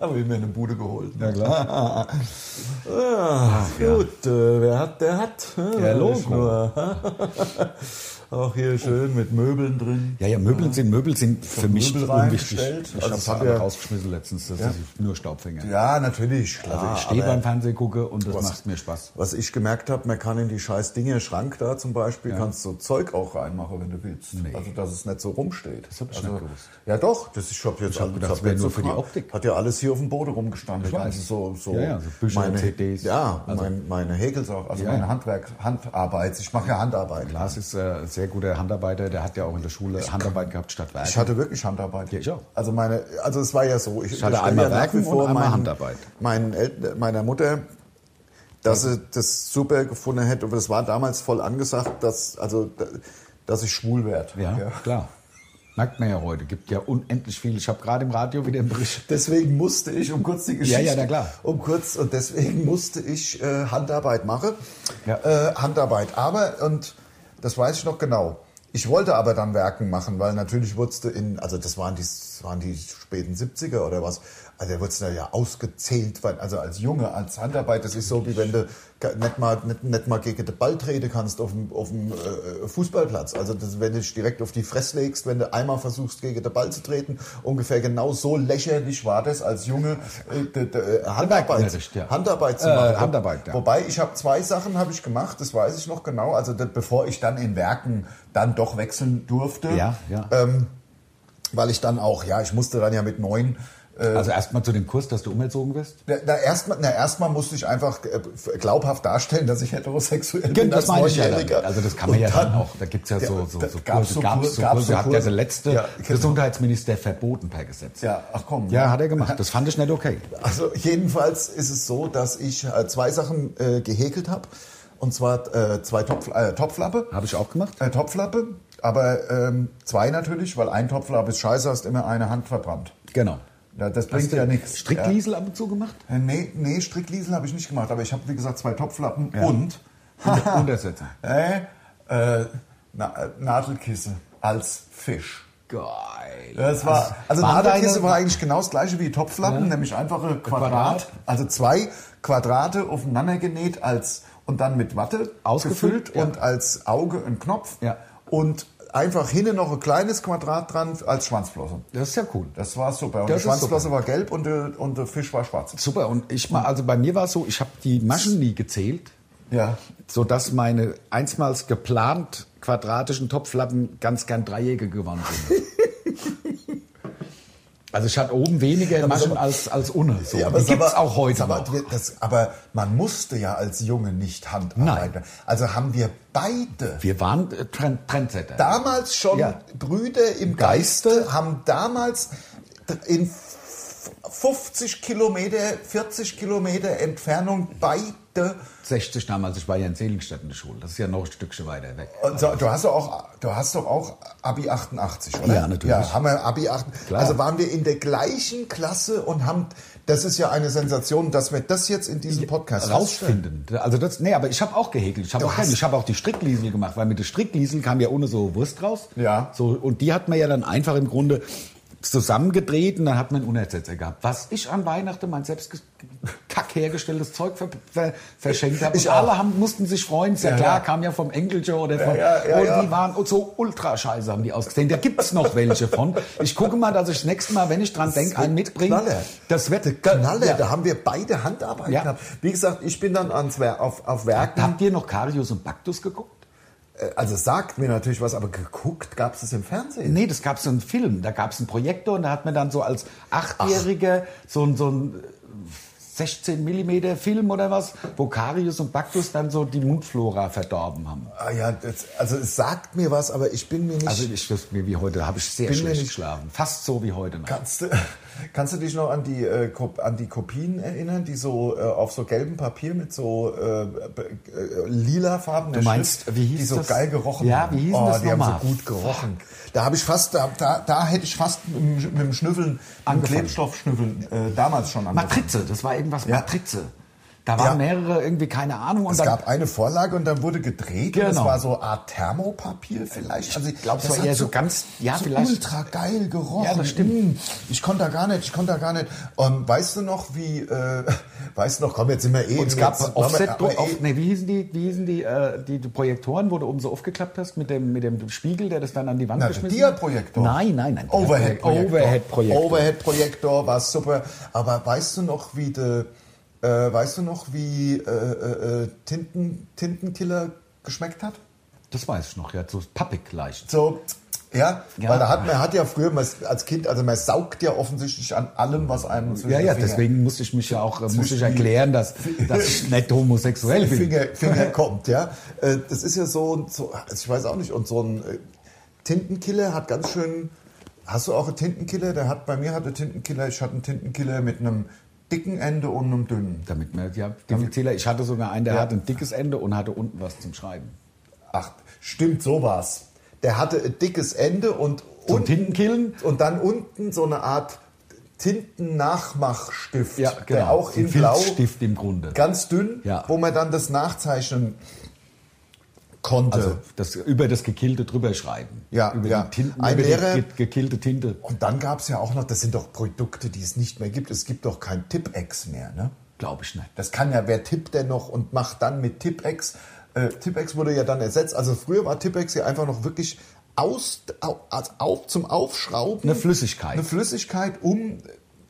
S2: habe ich mir eine Bude geholt. Ja,
S3: klar.
S2: Ah, gut, äh, wer hat, der hat. Ja,
S3: Der Logo.
S2: nicht nur. Auch hier schön mit Möbeln drin.
S3: Ja, ja, Möbel sind, Möbel sind für mich
S2: Möbel
S3: unwichtig.
S2: reingestellt. Also
S3: Ich habe
S2: es
S3: es
S2: hat ja-
S3: rausgeschmissen letztens, dass ich nur Staubfänger.
S2: Ja, natürlich, klar.
S3: Also ich stehe
S2: aber
S3: beim Fernsehen gucke und das macht mir Spaß.
S2: Ah, Was ich gemerkt habe, man kann in die scheiß Dinge, Schrank da zum Beispiel, kannst du Zeug auch reinmachen, wenn du willst. Also, dass es nicht so rumsteht. Das
S3: hab ich nicht gewusst.
S2: Ja, doch. Das, ich habe jetzt
S3: hab gedacht,
S2: das
S3: das wäre
S2: jetzt
S3: nur
S2: so
S3: für die
S2: gemacht.
S3: Optik.
S2: Hat ja alles hier auf dem Boden rumgestanden.
S3: Ich
S2: Die
S3: weiß.
S2: ganzen So, so
S3: Ja, ja, so Bücher,
S2: meine,
S3: CDs.
S2: Ja,
S3: Also-
S2: mein, meine Häkelsachen, also
S3: Ja,
S2: meine
S3: ja.
S2: Handwerk, Handarbeit. Ich mache ja Handarbeit.
S3: Glas ist äh, sehr sehr guter Handarbeiter, der hat ja auch in der Schule Handarbeit gehabt statt Werk.
S2: Ich hatte wirklich Handarbeit.
S3: Ja, ich auch.
S2: Also meine, also es war ja so. Ich,
S3: hatte
S2: unterstelle
S3: einmal
S2: nach
S3: Werken
S2: wie vor
S3: und einmal
S2: meinen-
S3: Handarbeit.
S2: Meinen Eltern, meiner Mutter, dass sie das super gefunden hätte. Und das war damals voll angesagt, dass, also, dass ich schwul werde.
S3: Ja, klar. Merkt man ja heute. Gibt ja unendlich viel. Ich habe gerade im Radio wieder einen Bericht.
S2: Deswegen musste ich, um kurz die Geschichte,
S3: ja, na klar.
S2: um kurz, und deswegen musste ich äh, Handarbeit machen.
S3: Ja.
S2: Äh, Handarbeit. Aber, und das weiß ich noch genau, ich wollte aber dann Werken machen, weil natürlich wurdest du in, also das waren die, das waren die späten 70er oder was, also da wurdest du ja ausgezählt, weil, also als Junge, als Handarbeit, das ist so, wie wenn du ga- nicht mal, nicht, nicht mal gegen den Ball treten kannst auf dem, auf dem äh, Fußballplatz. Also das, wenn du dich direkt auf die Fresse legst, wenn du einmal versuchst, gegen den Ball zu treten, ungefähr genau so lächerlich war das als Junge äh, d- d- äh, Handarbeit,
S3: Werkunterricht, ja.
S2: Handarbeit zu
S3: Äh,
S2: machen.
S3: Handarbeit, ja.
S2: Wobei ich habe zwei Sachen habe ich gemacht, das weiß ich noch genau. Also das, bevor ich dann in Werken dann doch wechseln durfte,
S3: Ja, ja.
S2: Ähm, weil ich dann auch, ja, ich musste dann ja mit neun äh,
S3: Also erstmal zu dem Kurs, dass du umerzogen wirst.
S2: na, na, erstmal, na, erstmal musste ich einfach äh, glaubhaft darstellen, dass ich heterosexuell bin. als
S3: Das meine ich ja dann.
S2: Neunjähriger.
S3: Also das kann man
S2: Und
S3: ja dann auch. Da gibt's ja so, so,
S2: da
S3: so
S2: gab's
S3: Kurse.
S2: so
S3: Gab's
S2: Kurse,
S3: so
S2: gab's
S3: Kurse.
S2: so
S3: Hat ja
S2: Kurse.
S3: der letzte
S2: Ja, genau.
S3: Gesundheitsminister verboten per Gesetz.
S2: Ja, ach komm.
S3: Ja, hat er gemacht. Das fand ich nicht okay.
S2: Also jedenfalls ist es so, dass ich äh, zwei Sachen äh, gehäkelt habe. Und zwar äh, zwei Topf, äh, Topflappe.
S3: Habe ich auch gemacht.
S2: Äh, Topflappe, aber ähm, zwei natürlich, weil ein Topflappe ist scheiße, hast immer eine Hand verbrannt.
S3: Genau.
S2: Ja, das bringt ja nichts.
S3: Strickliesel ab und zu gemacht?
S2: Ja. Äh, Nee, nee, Strickliesel habe ich nicht gemacht, aber ich habe, wie gesagt, zwei Topflappen
S3: Ja.
S2: und
S3: Untersetzer.
S2: äh, äh, Na äh, Nadelkisse als Fisch.
S3: Geil.
S2: Das war, also
S3: Waren
S2: Nadelkiste
S3: deine-
S2: war eigentlich genau das gleiche wie Topflappen, nämlich einfache Quadrat,
S3: Quadrat.
S2: also zwei Quadrate aufeinander genäht als und dann mit Watte
S3: Ausgefüllt,
S2: gefüllt
S3: ja.
S2: und als Auge ein Knopf
S3: Ja.
S2: und einfach hinten noch ein kleines Quadrat dran als Schwanzflosse.
S3: Das ist ja cool.
S2: Das war super. Und die
S3: Das ist
S2: Schwanzflosse
S3: super.
S2: war gelb und der, und der Fisch war schwarz.
S3: Super. Und ich mal, also bei mir war es so, ich habe die Maschen nie gezählt,
S2: Ja.
S3: sodass meine einstmals geplant quadratischen Topflappen ganz gern Dreiecke geworden sind. also ich hatte oben weniger Maschen als, als ohne. So. die
S2: sag
S3: gibt es
S2: mal-
S3: auch heute
S2: sag mal,
S3: noch.
S2: wir- Das, aber man musste ja als Junge nicht handarbeiten.
S3: Nein.
S2: Also haben wir beide
S3: Wir waren äh, Trend Trendsetter.
S2: damals schon
S3: Ja.
S2: Brüder im Geiste, haben damals in 50 Kilometer, 40 Kilometer Entfernung beide.
S3: 60 damals, ich war ja in Seligenstadt in der Schule. Das ist ja noch ein Stückchen weiter weg.
S2: Und so, du hast doch auch, du hast doch auch Abi 88, oder?
S3: Ja, natürlich.
S2: Ja, haben wir Abi 88.
S3: Klar.
S2: Also waren wir in der gleichen Klasse und haben, das ist ja eine Sensation, dass wir das jetzt in diesem Podcast
S3: rausfinden. Also das, nee, aber ich habe auch gehäkelt. Ich habe
S2: Du
S3: auch,
S2: hast-
S3: ich hab auch die Strickliesel gemacht, weil mit der Strickliesel kam ja ohne so Wurst raus.
S2: Ja.
S3: So, und die hat man ja dann einfach im Grunde zusammengedreht und dann hat man einen Unersetzer gehabt. Was ich an Weihnachten mein selbst ge- kack hergestelltes Zeug ver ver verschenkt habe.
S2: Ich
S3: Und
S2: auch.
S3: alle haben, mussten sich freuen. Ist ja,
S2: Ja,
S3: klar,
S2: ja.
S3: kam ja vom Enkelchen oder vom...
S2: ja, ja,
S3: und
S2: ja.
S3: die waren so ultra scheiße, haben die ausgesehen. Da gibt's noch welche von. Ich gucke mal, dass ich das nächste Mal, wenn ich dran denke, einen mitbringe.
S2: Knaller.
S3: Das wird...
S2: Knalle,
S3: Ja.
S2: da haben wir beide Handarbeit
S3: Ja.
S2: gehabt. Wie gesagt, ich bin dann ans Wer auf, auf Werken.
S3: Habt ihr noch Karius und Baktus geguckt?
S2: Also sagt mir natürlich was, aber geguckt gab es es im Fernsehen.
S3: Nee, das gab so einen Film. Da gab es einen Projektor und da hat man dann so als Achtjähriger so ein, so ein äh, 16 Millimeter Film oder was, wo Karius und Baktus dann so die Mundflora verdorben haben.
S2: Ah ja, das, also es sagt mir was, aber ich bin mir nicht.
S3: Also ich das mir wie heute habe ich sehr
S2: Bin mir
S3: schlecht
S2: nicht-
S3: geschlafen. Fast so wie heute Nacht.
S2: kannst, du, kannst du dich noch an die, äh, Kop- an die Kopien erinnern, die so äh, auf so gelbem Papier mit so äh, b- äh, lila Farben
S3: Du meinst, wie hieß
S2: die so
S3: das?
S2: geil gerochen
S3: Ja,
S2: haben?
S3: wie hießen
S2: oh,
S3: das
S2: die
S3: nochmal?
S2: haben so gut gerochen. Da habe ich fast, da, da, da hätte ich fast mit, dem- mit dem Schnüffeln, mit dem
S3: Angefangen.
S2: Klebstoffschnüffeln äh, damals schon angefangen.
S3: Matrize, das war irgendwas
S2: Ja.
S3: Matrize. Da waren
S2: Ja.
S3: mehrere irgendwie keine Ahnung und
S2: Es
S3: dann
S2: gab eine Vorlage und dann wurde gedreht und
S3: Genau.
S2: es war so Art Thermopapier vielleicht. Also ich
S3: glaub, es
S2: das
S3: war
S2: hat
S3: eher so ganz- ja,
S2: so
S3: vielleicht-
S2: ultra geil gerochen.
S3: Ja, das stimmt.
S2: Mm, Ich konnte da gar nicht, ich konnte da gar nicht. Und weißt du noch, wie, äh, weißt du noch, komm, jetzt sind wir eh.
S3: Und es gab
S2: jetzt,
S3: Offset,
S2: aber, aber,
S3: off,
S2: eh,
S3: nee, wie hießen die, wie hießen die, äh, die, die Projektoren, wo du oben so aufgeklappt hast mit dem, mit dem Spiegel, der das dann an die Wand
S2: na, der
S3: geschmissen
S2: Dia-Projektor.
S3: Nein, nein, nein.
S2: Overhead-Projektor.
S3: Overhead-Projektor.
S2: Overhead-Projektor war super. Aber weißt du noch, wie de, äh, weißt du noch, wie äh, äh, äh, Tinten, Tintenkiller geschmeckt hat?
S3: Das weiß ich noch, ja, so pappig leicht.
S2: So, Ja, weil da hat man hat ja früher man, ist- als Kind, also man saugt ja offensichtlich an allem, was einem zwischen
S3: Ja, ja,
S2: die Finger-
S3: deswegen musste ich mich ja auch äh, muss
S2: Zwischen
S3: ich
S2: die-
S3: erklären, dass, dass ich nicht homosexuell bin.
S2: Finger, Finger kommt, ja. Äh, Das ist ja so, ein- so also ich weiß auch nicht, und so ein äh, Tintenkiller hat ganz schön, hast du auch einen Tintenkiller? Der hat, bei mir hatte Tintenkiller, ich hatte einen Tintenkiller mit einem dicken Ende und einem dünnen.
S3: Damit man, ja, Diffiziler. Ich hatte sogar einen, der hatte ein dickes Ende und hatte unten was zum Schreiben.
S2: Ach, stimmt, so war's. Der hatte ein dickes Ende und
S3: Zum
S2: unten-
S3: Tintenkillen?
S2: Und dann unten so eine Art Tintennachmachstift,
S3: Ja, genau.
S2: der auch in
S3: Ein
S2: Blau,
S3: Filzstift im Grunde.
S2: ganz dünn,
S3: Ne. Ja.
S2: wo man dann das nachzeichnen konnte.
S3: Also das, über das Gekillte drüber schreiben.
S2: Ja,
S3: über
S2: ja.
S3: Die Tinten,
S2: Ein
S3: über
S2: Lehrer-
S3: die ge- gekillte Tinte.
S2: Und dann gab es ja auch noch, das sind doch Produkte, die es nicht mehr gibt. Es gibt doch kein Tippex mehr, ne?
S3: Glaube ich nicht.
S2: Das kann ja, wer tippt denn noch und macht dann mit Tippex? Äh, Tippex wurde ja dann ersetzt. Also früher war Tippex ja einfach noch wirklich aus, au, als auf, zum Aufschrauben.
S3: Eine Flüssigkeit.
S2: Eine Flüssigkeit, um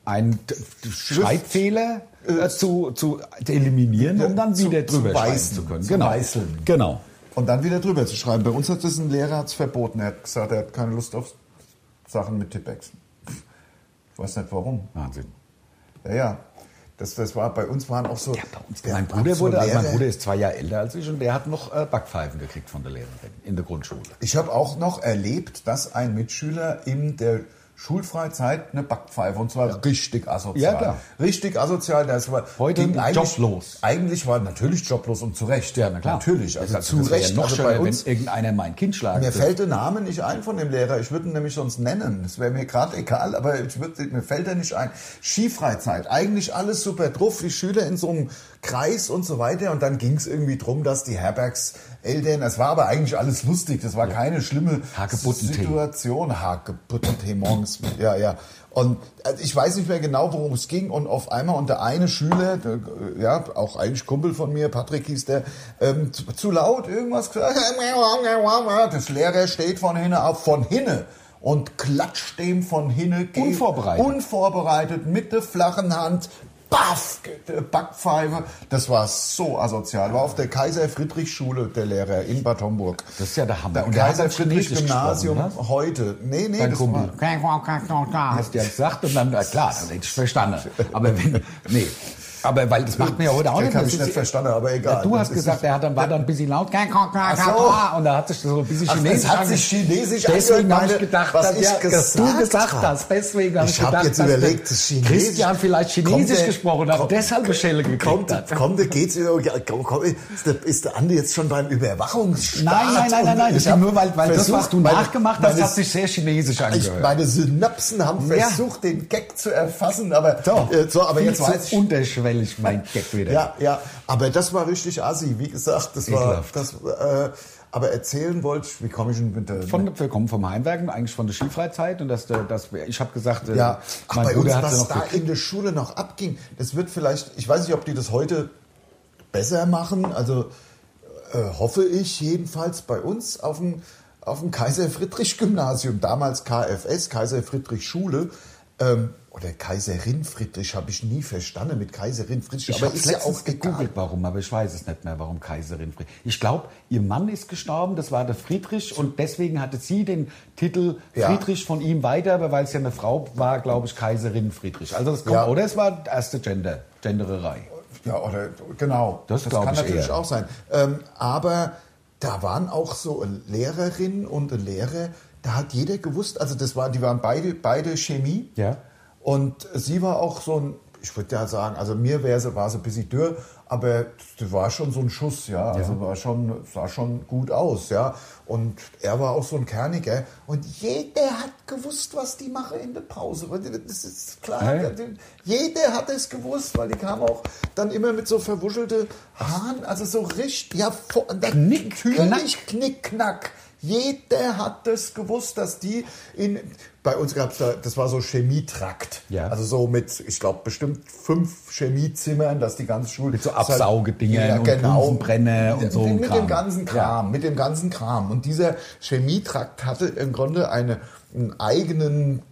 S3: Ein T- T- Schreibfehler äh, zu, zu eliminieren, um dann
S2: Äh, zu-
S3: wieder
S2: zu
S3: drüber
S2: beißen,
S3: schreiben zu können.
S2: zu
S3: Genau.
S2: beißeln.
S3: genau.
S2: und dann wieder drüber zu schreiben. Bei uns hat das ein Lehrer hat's verboten. Er hat gesagt, er hat keine Lust auf Sachen mit Tippex. Ich weiß nicht warum.
S3: Wahnsinn.
S2: Ja, ja. Das, das war bei uns waren auch so.
S3: Ja, bei uns.
S2: der
S3: Mein
S2: war
S3: Bruder,
S2: so
S3: wurde, also mein
S2: Lehrer-
S3: Bruder ist zwei Jahre älter als ich und der hat noch äh, Backpfeifen gekriegt von der Lehrerin in der Grundschule.
S2: Ich habe auch noch erlebt, dass ein Mitschüler in der Schulfreizeit eine Backpfeife und zwar richtig asozial.
S3: Ja, klar.
S2: Richtig asozial. Das war
S3: Heute
S2: ging eigentlich-
S3: joblos.
S2: Eigentlich war natürlich joblos und zu Recht.
S3: Ja, na klar.
S2: Natürlich. Also,
S3: Das- das
S2: zu
S3: wär
S2: Recht.
S3: Ja noch
S2: also
S3: schöner, wenn irgendeiner mein Kind schlagen
S2: mir
S3: würde.
S2: fällt der Name nicht ein von dem Lehrer. Ich würde ihn nämlich sonst nennen. Das wäre mir gerade egal, aber ich würd, mir fällt er nicht ein. Skifreizeit, eigentlich alles super drauf, die Schüler in so einem Kreis und so weiter. Und dann ging es irgendwie drum, dass die Herbergseltern, das war aber eigentlich alles lustig, das war keine schlimme
S3: Hagebuttentee.
S2: Situation. Hagebuttentee morgens, ja, ja. Und also ich weiß nicht mehr genau, worum es ging. Und auf einmal, und der eine Schüler, der, äh, ja, auch eigentlich Kumpel von mir, Patrick hieß der, ähm, zu, zu laut irgendwas gesagt. Das Lehrer steht von hinne auf, von hinne. Und klatscht dem von hinne. ge-
S3: Unvorbereitet.
S2: Unvorbereitet, mit der flachen Hand. Baff, äh, Backpfeife. Das war so asozial. War auf der Kaiser-Friedrich-Schule der Lehrer in Bad Homburg.
S3: Das ist ja der Hammer.
S2: Da-
S3: Und der hat dann Chinesisch
S2: Kaiser-Friedrich-Gymnasium
S3: gesprochen,
S2: heute. Nee, nee,
S3: Dein
S2: das
S3: Kumpel.
S2: war,
S3: Hast du ja gesagt und dann, äh, klar, dann hätte ich verstanden. Aber wenn, nee. Aber weil das macht man ja heute auch
S2: den
S3: nicht.
S2: habe
S3: Das
S2: ich
S3: ist-
S2: nicht verstanden, aber egal.
S3: Ja, du
S2: Das
S3: hast
S2: ist
S3: gesagt,
S2: nicht-
S3: er hat dann, war dann ein bisschen laut.
S2: so.
S3: Und da hat sich so ein bisschen
S2: Ach, das
S3: Chinesisch
S2: hat
S3: ange-
S2: sich Chinesisch angehört,
S3: Deswegen habe ich
S2: meine,
S3: gedacht,
S2: was
S3: dass,
S2: ich
S3: ja, dass du
S2: gesagt
S3: gesagt
S2: habe.
S3: hast. Deswegen habe ich,
S2: Ich habe
S3: gedacht,
S2: jetzt
S3: dass
S2: überlegt,
S3: der
S2: das Chinesisch-
S3: Christian vielleicht Chinesisch
S2: Kommt der-
S3: gesprochen hat,
S2: kommt-
S3: deshalb eine Schelle gekriegt
S2: Kommt,
S3: hat.
S2: kommt, geht's über, ja, komm, komm, ist, der, ist der Andi jetzt schon beim Überwachungsstaat?
S3: Nein, nein, nein, nein, nein.
S2: Und
S3: Ich nur, weil, weil das,
S2: versucht,
S3: was du
S2: meine-
S3: nachgemacht hast,
S2: meine-
S3: hat sich sehr chinesisch
S2: ich,
S3: angehört.
S2: meine Synapsen haben
S3: Ja.
S2: versucht, den Gag zu erfassen, aber, äh, so, aber
S3: Viel
S2: jetzt
S3: zu
S2: weiß ich.
S3: unterschwellig mein Gag wieder.
S2: Ja, ja, aber das war richtig assi. Wie gesagt, das war,
S3: Ekelhaft.
S2: das, äh, aber erzählen wollte ich, wie komme ich denn mit der,
S3: Von, wir kommen vom Heimwerken, eigentlich von der Skifreizeit und dass, der- dass wir- ich habe gesagt, äh,
S2: Ja, Ach,
S3: mein
S2: bei uns,
S3: Bruder hat sie
S2: was
S3: noch
S2: da
S3: gekriegt.
S2: in der Schule noch abging, das wird vielleicht, ich weiß nicht, ob die das heute besser machen, also äh, hoffe ich jedenfalls bei uns auf dem, auf dem Kaiser-Friedrich-Gymnasium, damals KFS, Kaiser-Friedrich-Schule, ähm, oder Kaiserin Friedrich, habe ich nie verstanden mit Kaiserin Friedrich,
S3: Ich
S2: aber
S3: habe
S2: ist ja auch
S3: gegoogelt,
S2: egal.
S3: warum, aber ich weiß es nicht mehr, warum Kaiserin Friedrich. Ich glaube, ihr Mann ist gestorben, das war der Friedrich und deswegen hatte sie den Titel
S2: Ja.
S3: Friedrich von ihm weiter, aber weil es ja eine Frau war, glaube ich, Kaiserin Friedrich. Also das kommt,
S2: Ja.
S3: oder es war erste Gender, Gendererei.
S2: Ja, oder genau.
S3: Das glaub
S2: kann
S3: ich
S2: natürlich
S3: eher.
S2: auch sein. Ähm, aber da waren auch so Lehrerinnen und Lehrer, da hat jeder gewusst, also das waren, die waren beide, beide Chemie.
S3: Ja.
S2: Und sie war auch so ein, ich würde ja sagen, also mir wär sie, war sie ein bisschen dürr, aber das war schon so ein Schuss, ja. Also war schon, sah schon gut aus, ja. Und er war auch so ein Kerniger. Und jeder hat gewusst, was die mache in der Pause. Das ist klar.
S3: Hey.
S2: Jeder hat es gewusst, weil die kam auch dann immer mit so verwuschelte Haaren, also so richtig, ja, vor-
S3: Knick,
S2: natürlich knickknack. Jeder hat das gewusst, dass die in, bei uns gab es da, das war so Chemietrakt.
S3: Ja.
S2: Also so mit, ich glaube, bestimmt fünf Chemiezimmern, dass die ganze Schule. halt- Mit
S3: so Absaugedingern und Bunsenbrenner und so ein
S2: genau. Mit
S3: Kram.
S2: dem ganzen Kram, mit dem ganzen Kram. Und dieser Chemietrakt hatte im Grunde eine, einen eigenen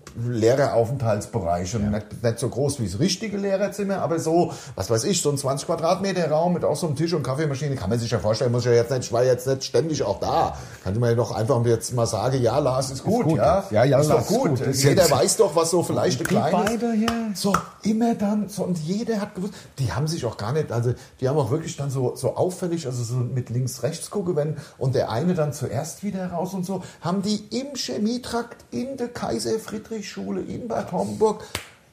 S2: Lehreraufenthaltsbereiche. Nicht, nicht so groß wie das richtige Lehrerzimmer, aber so, was weiß ich, so ein 20 Quadratmeter Raum mit auch so einem Tisch und Kaffeemaschine, kann man sich ja vorstellen, muss ich ja jetzt nicht, ich war jetzt nicht ständig auch da. Kann ich mir doch einfach jetzt mal sagen, ja, Lars ist gut,
S3: gut,
S2: ja.
S3: ja, ja,
S2: ist
S3: Lars
S2: doch
S3: ist
S2: gut.
S3: gut. Ist
S2: Jeder
S3: jetzt-
S2: weiß doch, was so vielleicht ein
S3: Die
S2: kleines.
S3: beide hier.
S2: So, immer dann, so, und jeder hat gewusst, die haben sich auch gar nicht, also die haben auch wirklich dann so, so auffällig, also so mit links, rechts gucke, wenn, und der eine dann zuerst wieder raus und so, haben die im Chemietrakt in der Kaiser-Friedrich-Schule in Bad Homburg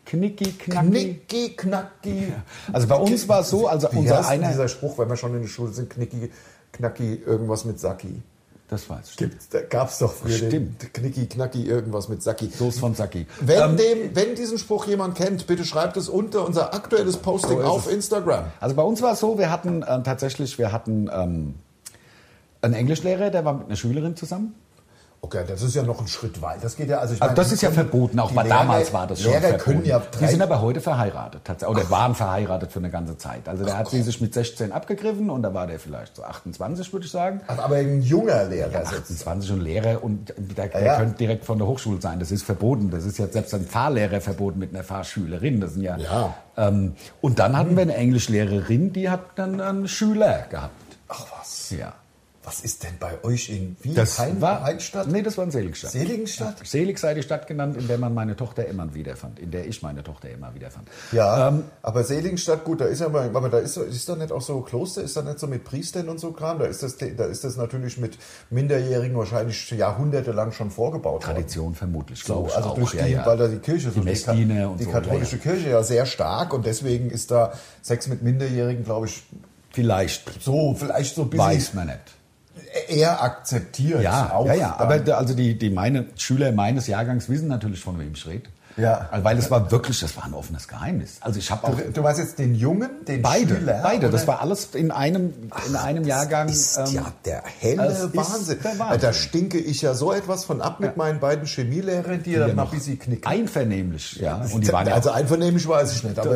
S3: Knicki, knacki.
S2: knicki, knacki.
S3: Also bei uns war es so, also
S2: Wie
S3: unser
S2: heißt denn
S3: einer-
S2: dieser Spruch, wenn wir schon in der Schule sind, knicki, knacki, irgendwas mit Sacki.
S3: Das weiß ich.
S2: Gibt's, da gab's doch früher den
S3: Stimmt.
S2: knicki, knacki, irgendwas mit Sacki.
S3: Los von Sacki. Ähm,
S2: Wenn, dem, wenn diesen Spruch jemand kennt, bitte schreibt es unter unser aktuelles Posting
S3: So ist
S2: auf
S3: es.
S2: Instagram.
S3: Also bei uns war es so, wir hatten ähm, tatsächlich, wir hatten ähm, einen Englischlehrer, der war mit einer Schülerin zusammen.
S2: Okay, das ist ja noch ein Schritt weit. Das geht ja, also ich
S3: Also
S2: meine,
S3: das ist ja verboten, auch
S2: die
S3: mal
S2: Lehrer-
S3: damals war das schon
S2: Lehrer
S3: verboten.
S2: können ja
S3: die
S2: drei,
S3: sind aber heute verheiratet, tatsächlich, oder waren verheiratet für eine ganze Zeit. Also der hat sie sich mit 16 abgegriffen und da war der vielleicht so 28, würde ich sagen.
S2: aber ein junger Lehrer sitzt.
S3: 28 und Lehrer und der, der
S2: Ja, ja.
S3: könnte direkt von der Hochschule sein. Das ist verboten. Das ist jetzt selbst ein Fahrlehrer verboten mit einer Fahrschülerin. Das sind ja.
S2: Ja.
S3: Ähm, und dann hatten wir eine Englischlehrerin, die hat dann einen Schüler gehabt.
S2: Ach was,
S3: Ja.
S2: was ist denn bei euch in Wien?
S3: Hein-
S2: Hein- Heinstadt?
S3: Nee, das war in Seligenstadt.
S2: Seligenstadt?
S3: Selig sei die Stadt genannt, in der man meine Tochter immer wiederfand, in der ich meine Tochter immer wiederfand.
S2: Ja,
S3: Ähm,
S2: aber Seligenstadt, gut, da ist ja mal, aber da ist, ist da nicht auch so Kloster, ist da nicht so mit Priestern und so Kram, da ist das, da ist das natürlich mit Minderjährigen wahrscheinlich jahrhundertelang schon vorgebaut worden.
S3: Tradition vermutlich,
S2: So,
S3: glaube ich
S2: also
S3: auch.
S2: durch die,
S3: ja, ja.
S2: weil da die Kirche so Ka-
S3: Die Messdiener und
S2: die
S3: so,
S2: katholische
S3: ja,
S2: Kirche ja sehr stark und deswegen ist da Sex mit Minderjährigen, glaube ich,
S3: Vielleicht.
S2: so vielleicht so ein
S3: Weiß
S2: bisschen
S3: man nicht.
S2: eher akzeptiert.
S3: Ja,
S2: auch
S3: ja, ja.
S2: dann.
S3: Aber da- also die, die meine Schüler meines Jahrgangs wissen natürlich, von wem ich rede.
S2: Ja.
S3: Also, Weil es war wirklich, das war ein offenes Geheimnis. Also ich habe auch
S2: du, du weißt jetzt den Jungen, den
S3: beide,
S2: Schüler,
S3: beide.
S2: oder?
S3: Das war alles in einem, in einem Jahrgang.
S2: Ist
S3: ähm,
S2: ja der helle
S3: das ist
S2: Wahnsinn. Äh,
S3: der Wahnsinn.
S2: Da stinke ich ja so etwas von ab mit
S3: Ja.
S2: meinen beiden Chemielehrern, die,
S3: ja
S2: dann mal ein
S3: noch
S2: bisschen knicken.
S3: Einvernehmlich, ja. Und die waren ja
S2: also einvernehmlich weiß ich nicht, aber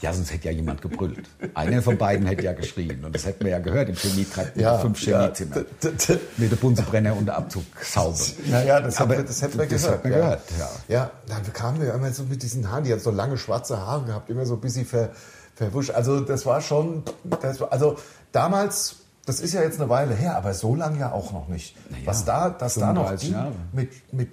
S3: Ja, sonst hätte ja jemand gebrüllt. Einer von beiden hätte ja geschrien. Und das hätten wir ja gehört im Chemietrakt mit
S2: ja,
S3: den fünf
S2: ja,
S3: Chemiezimmer.
S2: d- d- d-
S3: Mit der Bunsenbrenner und der Abzugshaube.
S2: Ja, ja, das
S3: Aber
S2: hätten wir, das hätten wir
S3: das
S2: gehört.
S3: hätten wir
S2: ja.
S3: gehört, ja.
S2: ja, dann bekamen wir immer so mit diesen Haaren, die hat so lange schwarze Haare gehabt, immer so ein bisschen ver, verwuscht. Also das war schon, das war, also damals, das ist ja jetzt eine Weile her, aber so lange ja auch noch nicht.
S3: ja,
S2: Was da, dass da noch
S3: 35
S2: die
S3: Jahre.
S2: mit, mit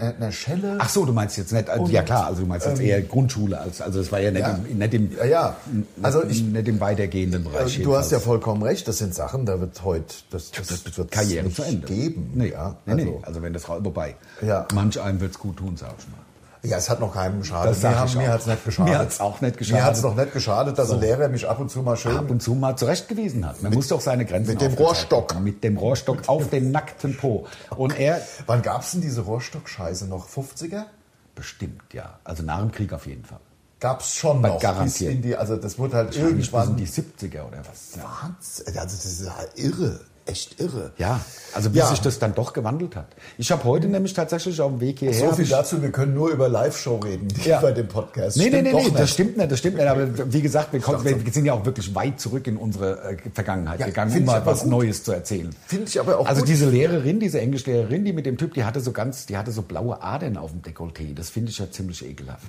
S2: einer Schelle...
S3: Ach so, du meinst jetzt nicht, also,
S2: Und, ähm,
S3: ja klar, also du meinst jetzt eher Grundschule, als, also es war ja nicht,
S2: Ja.
S3: Im, nicht, im,
S2: Ja, ja. Also ich-
S3: nicht im weitergehenden Bereich.
S2: Also, du hast ja
S3: jedenfalls.
S2: vollkommen recht, das sind Sachen, da wird heute das, das, wird's
S3: Karriere
S2: nicht
S3: zu Ende.
S2: geben.
S3: Nee,
S2: ja,
S3: nee, nee.
S2: also-
S3: also wenn das raus, wobei,
S2: Ja.
S3: manch einem wird es gut tun, sag ich mal.
S2: ja, es hat noch keinem geschadet.
S3: Das sag
S2: mir
S3: ich
S2: haben- mir
S3: auch.
S2: hat es nicht geschadet.
S3: Mir hat's auch nicht
S2: Mir
S3: geschadet.
S2: hat's noch nicht geschadet, dass ein Lehrer mich ab und zu mal
S3: ab
S2: schön.
S3: und zu mal zurechtgewiesen hat. Man muss doch seine Grenzen
S2: mit dem
S3: aufgezeigt
S2: Rohrstock.
S3: haben. Mit dem Rohrstock auf den nackten Po. Und er
S2: Wann gab es denn diese Rohrstockscheiße noch? 50er?
S3: Bestimmt, ja. Also nach dem Krieg auf jeden Fall.
S2: Gab es schon
S3: War
S2: noch.
S3: garantiert.
S2: Bis In die, also das wurde halt
S3: Wahrscheinlich bis
S2: irgendwann.
S3: in die 70er oder was. Ja,
S2: Wahnsinn. Also das ist ja irre. Echt irre.
S3: ja. also bis
S2: Ja.
S3: sich das dann doch gewandelt hat. Ich habe heute nämlich tatsächlich auf dem Weg hierher...
S2: So
S3: hab
S2: viel
S3: ich,
S2: dazu, wir können nur über Live-Show reden, nicht
S3: Ja.
S2: über den Podcast.
S3: Nee, nee,
S2: Stimmt
S3: nee,
S2: doch
S3: nee,
S2: nicht.
S3: das stimmt nicht, das stimmt nicht. Aber wie gesagt, wir, kommen,
S2: dachte-
S3: wir sind ja auch wirklich weit zurück in unsere äh, Vergangenheit
S2: Ja,
S3: gegangen,
S2: find
S3: um
S2: ich
S3: mal
S2: aber
S3: was
S2: gut.
S3: Neues zu erzählen.
S2: Find ich aber auch
S3: Also
S2: gut.
S3: diese Lehrerin, diese Englischlehrerin, die mit dem Typ, die hatte so ganz, die hatte so blaue Adern auf dem Dekolleté. Das finde ich ja ziemlich ekelhaft.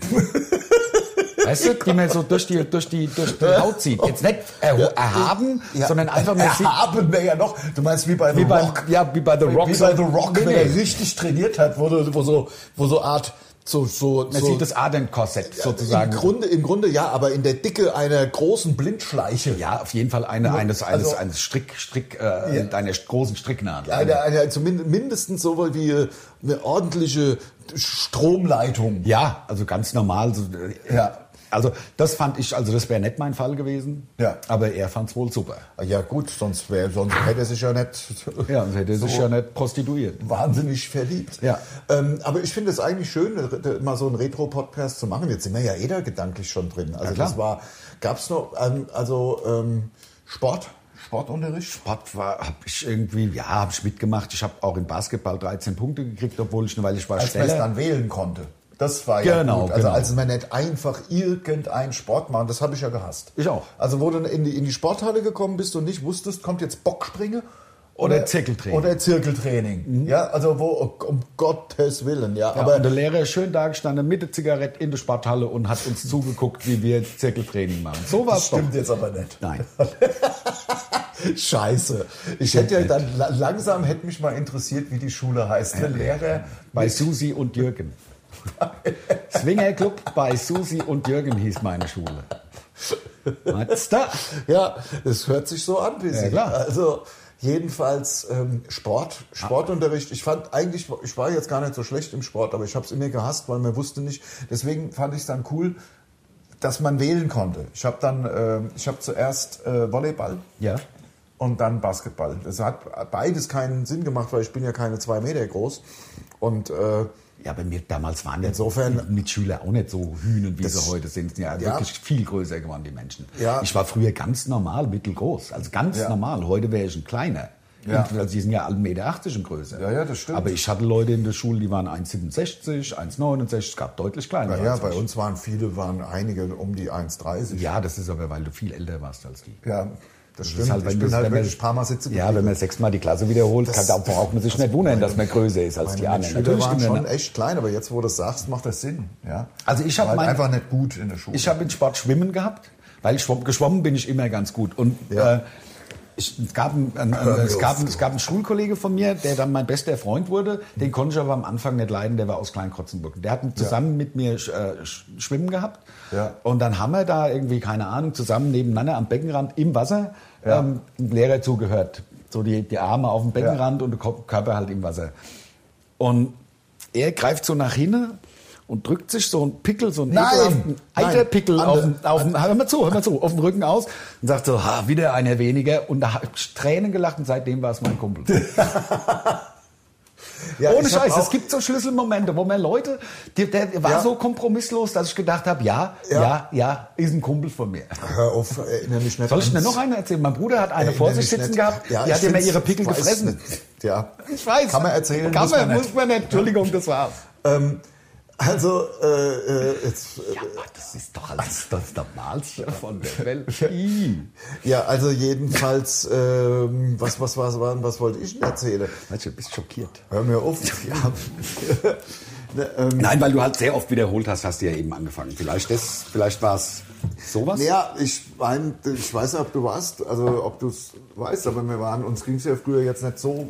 S3: Weißt du, die man so durch die, durch die, durch die Haut zieht. Jetzt nicht erho- erhaben,
S2: Ja.
S3: sondern einfach mehr sieht.
S2: Erhaben wir ja noch. Du meinst wie bei
S3: Wie
S2: The
S3: beim-
S2: Rock.
S3: ja, wie bei The Rock.
S2: Wie bei The Rock,
S3: Nee,
S2: wenn
S3: nee.
S2: er richtig trainiert hat, wo, du- wo so, wo so Art, so, so,
S3: Man
S2: so
S3: sieht das Adernkorsett sozusagen.
S2: Im Grunde, im Grunde ja, aber in der Dicke einer großen Blindschleiche.
S3: ja, auf jeden Fall eine, eines, eines,
S2: Also-
S3: eines Strick, Strick, äh,
S2: Ja.
S3: einer großen Stricknadel.
S2: Eine, eine, zumindest mindestens so wie äh, eine ordentliche Stromleitung.
S3: Ja, also ganz normal. So, äh,
S2: Ja.
S3: Also das fand ich, also das wäre nicht mein Fall gewesen.
S2: Ja.
S3: Aber er fand es wohl super.
S2: Ja gut, sonst, wär, sonst hätte er sich ja nicht
S3: Ja, sonst hätte er sich ja nicht prostituiert.
S2: wahnsinnig verliebt.
S3: Ja.
S2: Ähm, aber ich finde es eigentlich schön, äh, mal so einen Retro-Podcast zu machen. Jetzt sind wir ja eh da gedanklich schon drin. Also
S3: klar.
S2: das war, gab es noch, ähm, also ähm, Sport, Sportunterricht?
S3: Sport war, hab ich irgendwie, ja, hab ich mitgemacht. Ich habe auch in Basketball 13 Punkte gekriegt, obwohl ich, weil ich war
S2: Als man es
S3: schneller.
S2: dann wählen konnte. Das war ja
S3: Genau,
S2: gut. Also
S3: genau.
S2: als man nicht einfach irgendeinen Sport machen, das habe ich ja gehasst.
S3: Ich auch.
S2: Also wo du in die, in die Sporthalle gekommen bist und nicht wusstest, kommt jetzt Bockspringe
S3: Oder Zirkeltraining. Mhm.
S2: Oder Zirkeltraining. Ja, also wo, um Gottes Willen, ja.
S3: Ja,
S2: aber
S3: und der Lehrer ist schön da gestanden mit der Zigarette in der Sporthalle und hat uns zugeguckt, wie wir Zirkeltraining machen. So war
S2: das
S3: es doch.
S2: stimmt jetzt aber nicht.
S3: Nein.
S2: Scheiße. Ich hätte ja dann la- langsam hätte mich mal interessiert, wie die Schule heißt. Der Lehrer.
S3: Bei Susi und Jürgen. Swingerclub bei Susi und Jürgen hieß meine Schule. Was da?
S2: Ja, es hört sich so an, wie
S3: Ja, klar. Ah.
S2: Also jedenfalls ähm, Sport, Sportunterricht. Ich fand eigentlich, ich war jetzt gar nicht so schlecht im Sport, aber ich habe es immer gehasst, weil man wusste nicht. Deswegen fand ich es dann cool, dass man wählen konnte. Ich habe dann, ähm, ich habe zuerst äh, Volleyball
S3: Ja.
S2: und dann Basketball. Das hat beides keinen Sinn gemacht, weil ich bin ja keine zwei Meter groß und äh,
S3: Ja, bei mir damals waren ja
S2: Insofern-
S3: die Mitschüler auch nicht so Hühnen, wie
S2: Das-
S3: sie heute sind. Ja,
S2: Ja.
S3: wirklich viel größer geworden, die Menschen.
S2: Ja.
S3: Ich war früher ganz normal, mittelgroß. Also ganz
S2: Ja.
S3: normal. Heute wäre ich ein kleiner.
S2: Ja.
S3: Und, also die sind ja 1,80 Meter in Größe.
S2: Ja, ja, das stimmt.
S3: Aber ich hatte Leute in der Schule, die waren 1,67, 1,69. Es gab deutlich kleinere.
S2: naja,
S3: als
S2: bei
S3: ich.
S2: uns waren viele, waren einige um die 1,30.
S3: Ja, das ist aber, weil du viel älter warst als die.
S2: Ja, das
S3: Das
S2: stimmt.
S3: ist halt, wenn
S2: ich
S3: das-
S2: bin halt
S3: wenn man-
S2: wirklich ein paar Mal sitzen
S3: Ja, wenn man sechsmal die Klasse wiederholt,
S2: Das- also
S3: kann, da braucht man sich nicht wundern, dass man größer ist als die
S2: Meine
S3: anderen.
S2: Schüler waren
S3: gibt man-
S2: schon echt klein, aber jetzt, wo du das sagst, macht das Sinn. Ja?
S3: Also ich hab
S2: War halt
S3: mein-
S2: einfach nicht gut in der Schule.
S3: Ich habe in Sport Schwimmen gehabt, weil ich schwamm- geschwommen bin ich immer ganz gut. Und
S2: Ja.
S3: äh, ich, es, gab ein, ein, ein,
S2: Hör mir
S3: es, gab
S2: auf,
S3: ein,
S2: du.
S3: es gab einen Schulkollege von mir, der dann mein bester Freund wurde. Den konnte ich aber am Anfang nicht leiden, der war aus Kleinkrotzenburg. Der hat zusammen mit mir äh, Sch- Schwimmen gehabt.
S2: Ja.
S3: Und dann haben wir da irgendwie, keine Ahnung, zusammen nebeneinander am Beckenrand im Wasser ähm, dem Lehrer zugehört. So die, die Arme auf dem Beckenrand und der Ko- Körper halt im Wasser. Und er greift so nach hinten und drückt sich so einen Pickel, so einen
S2: Nein!
S3: ekelhaften
S2: Nein!
S3: Eiterpickel
S2: Ander-
S3: auf, den- auf, den- hör mal zu, hör mal zu, auf dem Rücken aus und sagt so, ha, wieder einer weniger. Und da habe ich Tränen gelacht und seitdem war es mein Kumpel.
S2: Ja,
S3: Ohne
S2: ich hab
S3: Scheiß,
S2: auch-
S3: es gibt so Schlüsselmomente, wo man Leute, die, der war
S2: Ja.
S3: so kompromisslos, dass ich gedacht habe, ja,
S2: Ja.
S3: ja, ja, ist ein Kumpel von mir.
S2: Hör auf, erinnere mich nicht
S3: Soll ich
S2: ans-
S3: dir noch einen erzählen? Mein Bruder hat eine
S2: erinnere
S3: vor sich
S2: mich
S3: sitzen
S2: nicht-
S3: gehabt, die
S2: ich
S3: hat immer
S2: find's-
S3: ihre Pickel
S2: weiß
S3: gefressen.
S2: nicht. Ja.
S3: Ich weiß.
S2: Kann man erzählen,
S3: Kann
S2: muss
S3: man,
S2: man nicht.
S3: muss man nicht. Entschuldigung, das war's.
S2: Ähm, also, äh, äh, jetzt,
S3: Ja, aber das ist doch alles das Normalste von der Welt. I.
S2: ja, also jedenfalls, ähm, was, was, was, was, was wollte ich denn erzählen?
S3: Mensch, du bist schockiert.
S2: Hör mir auf. Ja. Ne, ähm,
S3: Nein, weil du halt sehr oft wiederholt hast, hast du ja eben angefangen. Vielleicht, das, vielleicht war es sowas.
S2: Ja, ich, mein, ich weiß nicht, ob du warst, also ob du es weißt, aber wir waren, uns ging es ja früher jetzt nicht so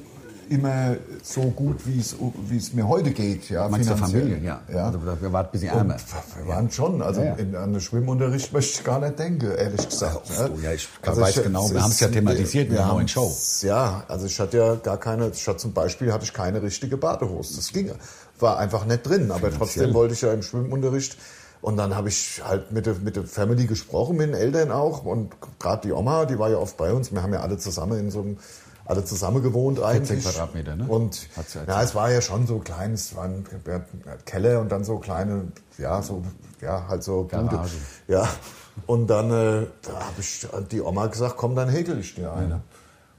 S2: immer so gut, wie es wie es mir heute geht. Ja,
S3: Meinst du
S2: finanziell.
S3: Familie, ja.
S2: ja.
S3: Also, wir waren ein bisschen
S2: Und
S3: ärmer.
S2: wir waren schon, also
S3: Ja, ja.
S2: In, an den Schwimmunterricht möchte ich gar nicht denken, ehrlich gesagt. Also
S3: Ach du, ja, ich weiß genau, wir
S2: es
S3: haben's ja
S2: ist-
S3: thematisiert in
S2: wir
S3: der neuen
S2: haben's-
S3: Show.
S2: ja, also ich hatte ja gar keine, ich hatte zum Beispiel hatte ich keine richtige Badehose. Das ging, war einfach nicht drin. Aber trotzdem wollte ich ja im Schwimmunterricht. Und dann habe ich halt mit der, mit der Family gesprochen, mit den Eltern auch. Und gerade die Oma, die war ja oft bei uns. Wir haben ja alle zusammen in so einem, alle zusammen gewohnt eigentlich.
S3: Quadratmeter, ne?
S2: Und
S3: Hat sie
S2: ja, es war ja schon so klein, es war ein halt Keller und dann so kleine, ja, so, ja, halt so Bude.
S3: Garage.
S2: Ja. Und dann äh, da habe ich die Oma gesagt, komm, dann häkel ich dir eine.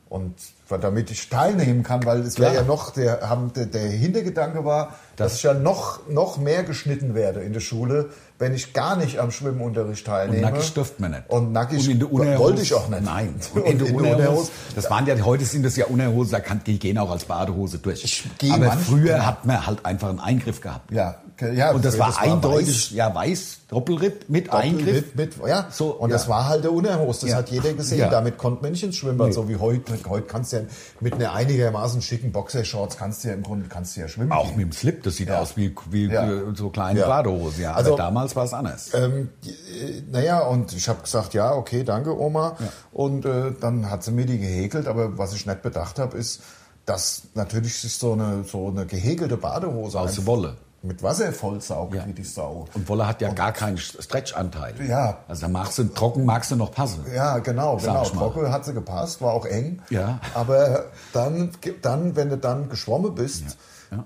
S2: Und weil- damit ich teilnehmen kann, weil es wäre ja
S3: Klar.
S2: noch, der, haben, der, der Hintergedanke war, dass ich ja noch, noch mehr geschnitten werde in der Schule, wenn ich gar nicht am Schwimmunterricht teilnehme.
S3: Und nackig dürfte man nicht.
S2: Und nackig
S3: Und in der Unterhose,
S2: wollte ich auch nicht.
S3: Nein. Und in der Unterhose. Das waren ja, heute sind das ja Unterhose, da kann, die gehen auch als Badehose durch.
S2: gehe
S3: Aber
S2: manchmal-
S3: früher hat man halt einfach einen Eingriff gehabt.
S2: Ja, ge- ja,
S3: Und das, war
S2: weiß.
S3: eindeutig, ja, weiß, Doppelripp mit Eingriff.
S2: Mit, mit, ja.
S3: So,
S2: und
S3: ja.
S2: das war halt der Unerhost, das
S3: Ja.
S2: hat jeder gesehen.
S3: Ja.
S2: Damit konnte man nicht ins Schwimmbad, so wie heute. Heute kannst du ja mit einer einigermaßen schicken Boxershorts, kannst du ja im Grunde kannst du ja schwimmen.
S3: Auch
S2: gehen.
S3: mit dem Slip, das sieht aus wie, wie
S2: Ja.
S3: äh, so kleine
S2: Ja.
S3: Badehose. Ja. Aber
S2: Also-
S3: damals war es anders.
S2: Ähm, äh, naja, und ich habe gesagt, ja, okay, danke Oma. Und äh, dann hat sie mir die gehäkelt, aber was ich nicht bedacht habe, ist, dass natürlich sich so eine, so eine gehäkelte Badehose
S3: Aus
S2: einfach
S3: Wolle.
S2: mit Wasser vollsaugt,
S3: Ja.
S2: wie die Sau.
S3: Und Wolle hat ja gar keinen Stretchanteil.
S2: Ja.
S3: Also da magst du, trocken magst du noch passen.
S2: Ja, genau,
S3: Sag
S2: genau.
S3: ich mal.
S2: Trockel hat sie gepasst, war auch eng.
S3: Ja.
S2: Aber dann, dann, wenn du dann geschwommen bist,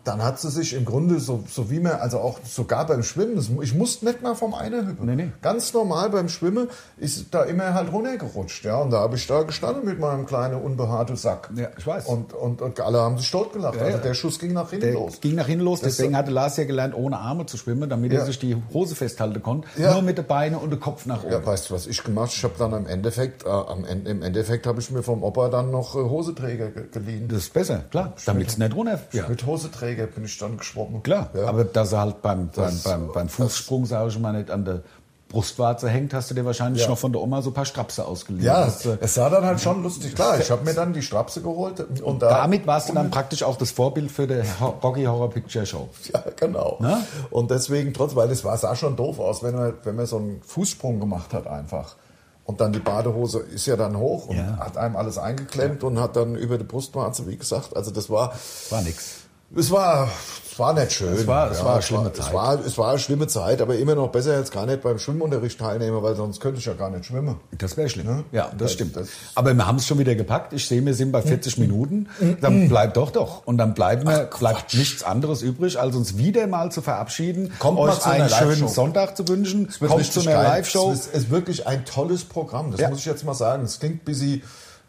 S2: Dann hat sie sich im Grunde, so, so wie man, also auch sogar beim Schwimmen, das- ich musste nicht mal vom Einer hüpfen.
S3: Nee, nee.
S2: Ganz normal beim Schwimmen ist da immer halt runtergerutscht. Ja? Und da habe ich da gestanden mit meinem kleinen unbehaarten Sack.
S3: Ja, ich weiß.
S2: Und, und, und alle haben sich totgelacht. also
S3: ja.
S2: der Schuss ging nach hinten
S3: Der
S2: los.
S3: Äh, ging nach hinten los,
S2: Das-
S3: deswegen hatte Lars ja gelernt, ohne Arme zu schwimmen, damit
S2: Ja.
S3: er sich die Hose festhalten konnte.
S2: Ja.
S3: Nur mit den Beinen und dem Kopf nach oben.
S2: Ja, weißt du, was ich gemacht habe? Ich habe dann im Endeffekt, äh, am Ende, im Endeffekt habe ich mir vom Opa dann noch äh, Hoseträger ge geliehen.
S3: Das ist besser, klar. Damit es nicht runter. Ja.
S2: Mit Hoseträger bin ich dann geschwommen.
S3: Klar,
S2: Ja.
S3: aber dass er halt beim,
S2: Das-
S3: beim, beim, beim
S2: das-
S3: Fußsprung, sage ich mal, nicht an der Brustwarze hängt, hast du dir wahrscheinlich
S2: Ja.
S3: noch von der Oma so ein paar Strapse ausgeliehen. äh,
S2: ja,
S3: Hast du-
S2: es sah dann halt schon lustig. Klar, ich habe mir dann die Strapse geholt und da,
S3: damit warst du dann praktisch auch das Vorbild für die Ho- Rocky Horror Picture Show.
S2: Ja, genau.
S3: Na?
S2: Und deswegen, trotz, weil es war, sah schon doof aus, wenn man, wenn man so einen Fußsprung gemacht hat einfach. Und dann die Badehose ist ja dann hoch und
S3: Ja.
S2: hat einem alles eingeklemmt und hat dann über die Brustwarze, wie gesagt, also das war,
S3: War nix.
S2: es war, es war nicht schön.
S3: Es war- es war eine schlimme
S2: Es
S3: Zeit.
S2: war, es war eine schlimme Zeit, aber immer noch besser als gar nicht beim Schwimmunterricht teilnehmen, weil sonst könnte ich ja gar nicht schwimmen.
S3: Das wäre schlimm.
S2: Ne?
S3: Ja, das,
S2: Das-
S3: stimmt.
S2: das-
S3: Aber wir haben es schon wieder gepackt. Ich sehe, wir sind bei 40
S2: Mhm.
S3: Minuten. Dann bleibt doch doch. Und dann bleiben wir, bleibt nichts anderes übrig, als uns wieder mal zu verabschieden,
S2: Kommt mal
S3: euch
S2: zu
S3: einen
S2: einer Live-Show.
S3: schönen Sonntag zu wünschen,
S2: wird
S3: kommt zu
S2: richtig
S3: einer
S2: geil.
S3: Live-Show.
S2: Es ist, ist wirklich ein tolles Programm, das
S3: Ja.
S2: muss ich jetzt mal sagen. Es klingt busy.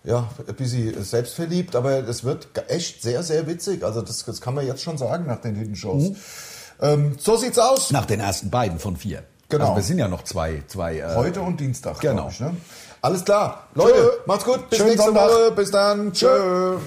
S2: Ja, ein bisschen selbstverliebt, aber es wird ge- echt sehr, sehr witzig. Also das, das kann man jetzt schon sagen nach den Hidden Shows.
S3: Mhm.
S2: Ähm, so sieht's aus.
S3: Nach den ersten beiden von vier.
S2: Genau.
S3: Also wir sind ja noch zwei, zwei äh,
S2: Heute und Dienstag,
S3: Genau.
S2: glaub ich. Ne? Alles klar. Leute, macht's gut. Bis
S3: Schönen
S2: nächste
S3: Sonntag.
S2: Woche. Bis dann. Tschö.